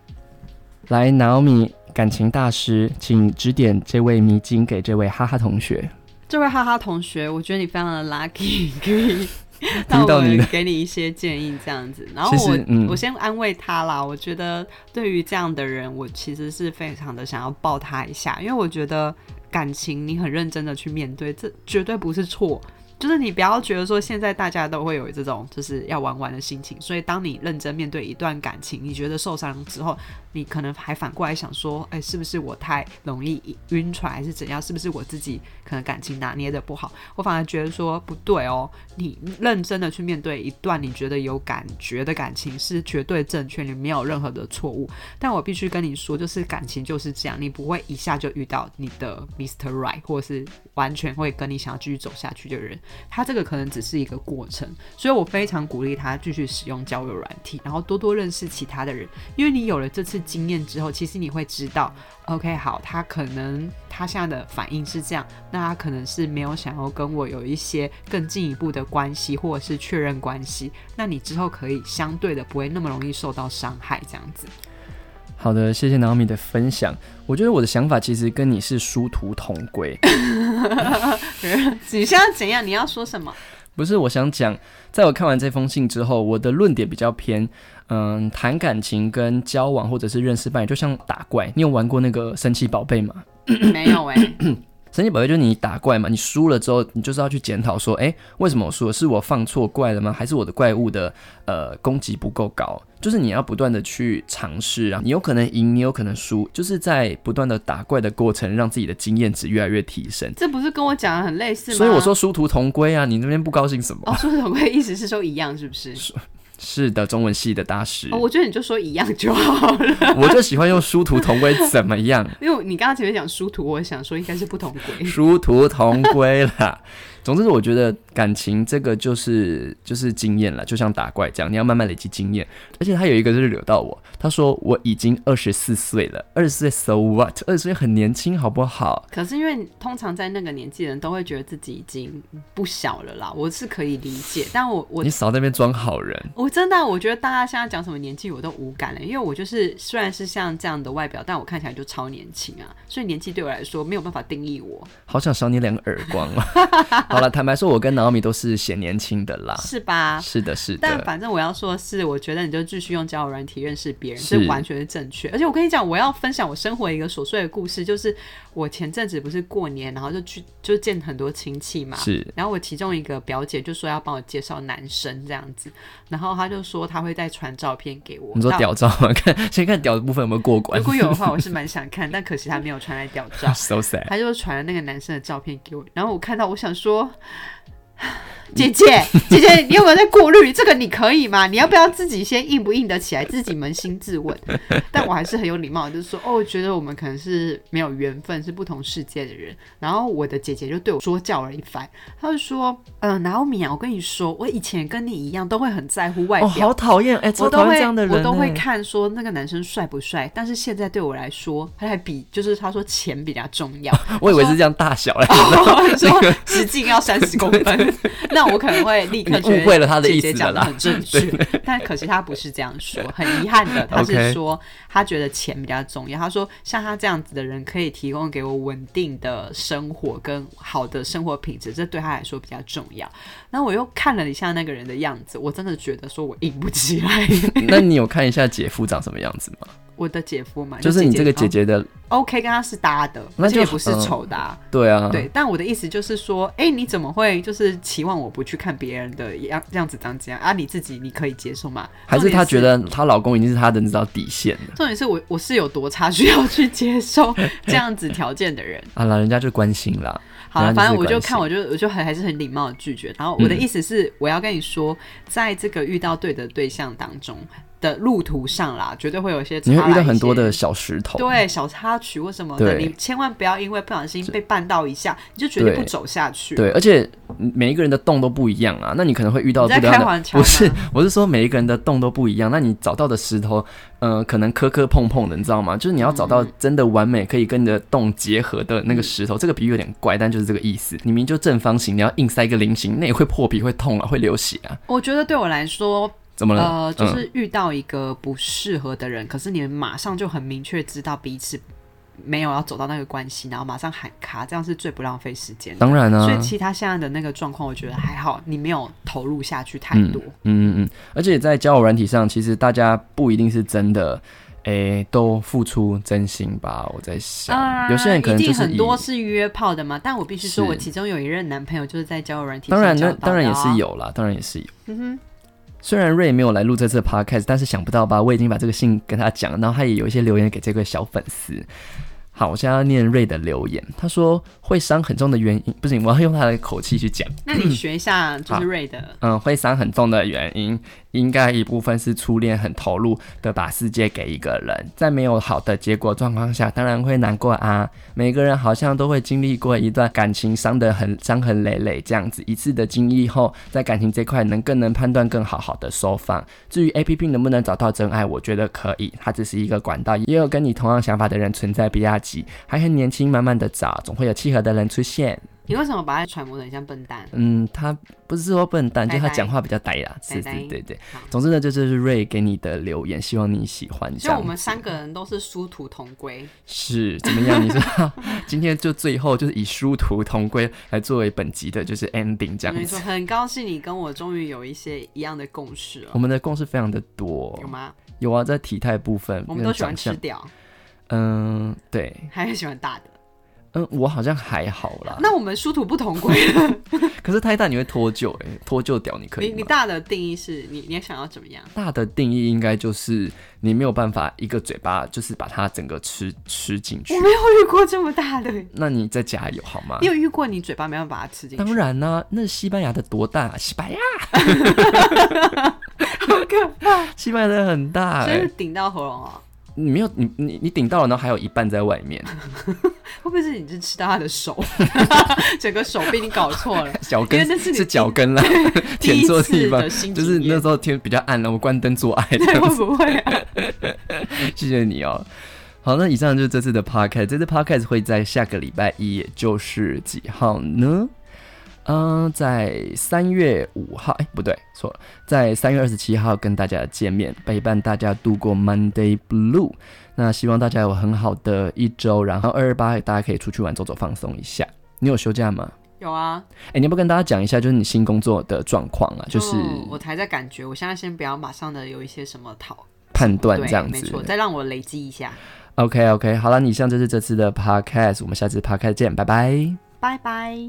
来，Naomi，感情大师，请指点这位迷津给这位哈哈同学。这位哈哈同学，我觉得你非常的 lucky，可以 到让我你的给你一些建议这样子。然后其实我、嗯我先安慰他啦，我觉得对于这样的人，我其实是非常的想要抱他一下，因为我觉得感情你很认真的去面对，这绝对不是错。就是你不要觉得说现在大家都会有这种就是要玩玩的心情，所以当你认真面对一段感情，你觉得受伤之后，你可能还反过来想说，哎、是不是我太容易晕船，还是怎样？是不是我自己可能感情拿捏的不好？我反而觉得说不对哦，你认真的去面对一段你觉得有感觉的感情是绝对正确，你没有任何的错误。但我必须跟你说，就是感情就是这样，你不会一下就遇到你的 Mr. Right，或者是完全会跟你想要继续走下去的人。它这个可能只是一个过程，所以我非常鼓励他继续使用交友软体，然后多多认识其他的人，因为你有了这次经验之后，其实你会知道，OK，好，他可能他现在的反应是这样，那他可能是没有想要跟我有一些更进一步的关系或者是确认关系，那你之后可以相对的不会那么容易受到伤害，这样子。好的，谢谢 Naomi 的分享。我觉得我的想法其实跟你是殊途同归。 你现在怎样？你要说什 么？不是，我想讲，在我看完这封信之后，我的论点比较偏，嗯，谈感情跟交往或者是认识伴侣，就像打怪。你有玩过那个神奇宝贝吗？没有哎、神奇宝贝就是你打怪嘛，你输了之后，你就是要去检讨说，诶，为什么我输了？是我放错怪了吗？还是我的怪物的呃攻击不够高？就是你要不断的去尝试啊，你有可能赢，你有可能输，就是在不断的打怪的过程，让自己的经验值越来越提升。这不是跟我讲的很类似吗？所以我说殊途同归啊，你那边不高兴什么？哦，说总归意思是说一样，是不是？是的，中文系的大师，哦，我觉得你就说一样就好了，我就喜欢用殊途同归，怎么样？因为你刚刚前面讲殊途，我想说应该是不同轨。殊途同归啦。总之，我觉得感情这个就是就是经验了，就像打怪这样，你要慢慢累积经验。而且他有一个就是惹到我，他说我已经二十四岁了，二十岁 so what？二十岁很年轻，好不好？可是因为通常在那个年纪的人都会觉得自己已经不小了啦，我是可以理解，但我我你少在那边装好人。我真的啊、我觉得大家现在讲什么年纪我都无感了，因为我就是虽然是像这样的外表，但我看起来就超年轻啊，所以年纪对我来说没有办法定义我，好想赏你两个耳光啊！ 好了，坦白说，我跟 Naomi 都是显年轻的啦。是吧？是的，是啊但的，反正我要说的是，我觉得你就继续用交友软体认识别人，是这完全是正确。而且我跟你讲，我要分享我生活一个琐碎的故事，就是我前阵子不是过年，然后就去就见很多亲戚嘛，是然后我其中一个表姐就说要帮我介绍男生这样子，然后她就说她会再传照片给我。你说那屌照吗？看先看屌的部分有没有过关，如。果有的话，我是蛮想看，但可惜她没有传来屌照 so sad。她就传了那个男生的照片给我，然后我看到，我想说。姐姐，姐姐，你有没有在过滤这个？你可以吗？你要不要自己先硬不硬得起来，自己扪心自问？ 但我还是很有礼貌，就是说，哦，我觉得我们可能是没有缘分，是不同世界的人。然后我的姐姐就对我说教了一番，她就说，嗯、呃，拿欧米啊，我跟你说，我以前跟你一样，都会很在乎外哦，表，好讨厌！哎、超我都讨厌会这样的人、我都会哎看说那个男生帅不帅。但是现在对我来说，他还比就是他说钱比较重要，我以为是这样大小欸嘞，说直径要三十公分，那我可能会立刻觉你得误会了他的意思姐姐了讲的啦很正确，但可惜他不是这样说，很遗憾的，他 OK 是说他觉得钱比较重要。他说像他这样子的人可以提供给我稳定的生活跟好的生活品质，这对他来说比较重要。然后我又看了一下那个人的样子，我真的觉得说我硬不起来。 那你有看一下姐夫长什么样子吗？我的姐夫嘛，就是你这个姐哦姐的， ，OK，跟他是搭的，那而就且也不是嗯丑搭。对啊，对，但我的意思就是说，哎、你怎么会就是期望我不去看别人的样样子长怎样啊？你自己你可以接受吗？还是她觉重点得她老公已经是她的你知道底线了。重点是我我是有多差，需要去接受这样子条件的 人。啊，老人家就关心啦。好了，人家反正是我就关看，心我就我就很还是很礼貌的拒绝。然后我的嗯意思是，我要跟你说，在这个遇到对的对象当中的路途上啦，绝对会有一些你差会遇啦到一很多些的小石头。对小插曲或什么的，对你千万不要因为不小心被绊到一下，你就决定对不走下去。对，而且每一个人的洞都不一样啊，那你可能会遇到你在不一样开玩的。笑不是 吗，我是说每一个人的洞都不一样，那你找到的石头，呃，可能磕磕碰碰的，你知道吗？就是你要找到嗯真的完美可以跟你的洞结合的那个石头，这个比喻有点怪，但就是这个意思。你明明就正方形，你要硬塞一个菱形，那也会破皮，会痛啊，会流血啊，我觉得对我来说，怎么了？呃，就嗯、是遇到一个不适合的人，可是你们马上就很明确知道彼此没有要走到那个关系，然后马上喊卡，这样是最不浪费时间的。当然啊，所以其实他现在的那个状况，我觉得还好，你没有投入下去太多。嗯嗯嗯，而且在交友软体上，其实大家不一定是真的，诶、都付出真心吧。我在想，啊有些人可能一就定是很以，多是约炮的嘛，但我必须说，是我其中有一任男朋友就是在交友软体当然上那交到的啊当然也是。有啦，当然也是有。虽然瑞没有来录这次的 podcast，但是想不到吧，我已经把这个信跟他讲，然后他也有一些留言给这个小粉丝。好，我现在要念瑞的留言，他说会伤很重的原因，不行，我要用他的口气去讲。那你学一下就是瑞 的，嗯，会伤很重的原因，应该一部分是初恋很投入的把世界给一个人，在没有好的结果状况下，当然会难过啊。每个人好像都会经历过一段感情伤得很伤痕累累这样子，一次的经历后，在感情这块能更能判断更好好的收放。至于 A P P 能不能找到真爱，我觉得可以，它只是一个管道，也有跟你同样想法的人存在，不要急，还很年轻，慢慢的找，总会有契合的人出现。你为什么把它揣摩的很像笨蛋？嗯，他不是说笨蛋，就呆他呆讲话比较呆啦。是呆是呆，对对好。总之呢，这就是瑞给你的留言，希望你喜欢。这就样我们三个人都是殊途同归，是怎么样？你知道， 今天就最后就是以殊途同归来作为本集的就是 ending 这没样错，子。很高兴你跟我终于有一些一样的共识了我，们的共识非常的多有，吗？有啊，在体态部分，我们都喜欢跟长吃相。屌，嗯，对， 还是喜欢大的。嗯，我好像还好啦。那我们殊途不同归了。可是太大你会脱臼，哎，脱臼屌 你可你以你吗？大的定义是你你想要怎么样？大的定义应该就是你没有办法一个嘴巴就是把它整个吃吃进去我。没有遇过这么大的，那你再加油好吗你？有遇过你嘴巴没有把它吃进去？当然啦、那西班牙的多大？西班牙， 好可怕，西班牙的很大、所以是欸，顶到喉咙哦。你没有你你你顶到了，然后还有一半在外 面，会不会是你是吃到他的 手， 整个手被你搞错了？脚因为跟那是你脚跟啦，第 舔一错地次方的，新就经是验，那时候天比较暗了，我关灯做爱的，对会不会啊？ 谢谢你哦。好，那以上就是这次的 podcast，这次 podcast 会在下个礼拜一，也就是几号呢？嗯，在三月五号，哎、不对，错了，在三月二十七号跟大家见面，陪伴大家度过 Monday Blue。那希望大家有很好的一周，然后二二八大家可以出去玩走走，放松一下。你有休假吗？有啊，哎、你要不要跟大家讲一下，就是你新工作的状况啊， 就是我还在感觉，我现在先不要马上的有一些什么讨判断对这样没子错，。再让我累积一下， OK OK，好了，以上就是这次的 podcast，我们下次 podcast 见，拜拜。拜拜。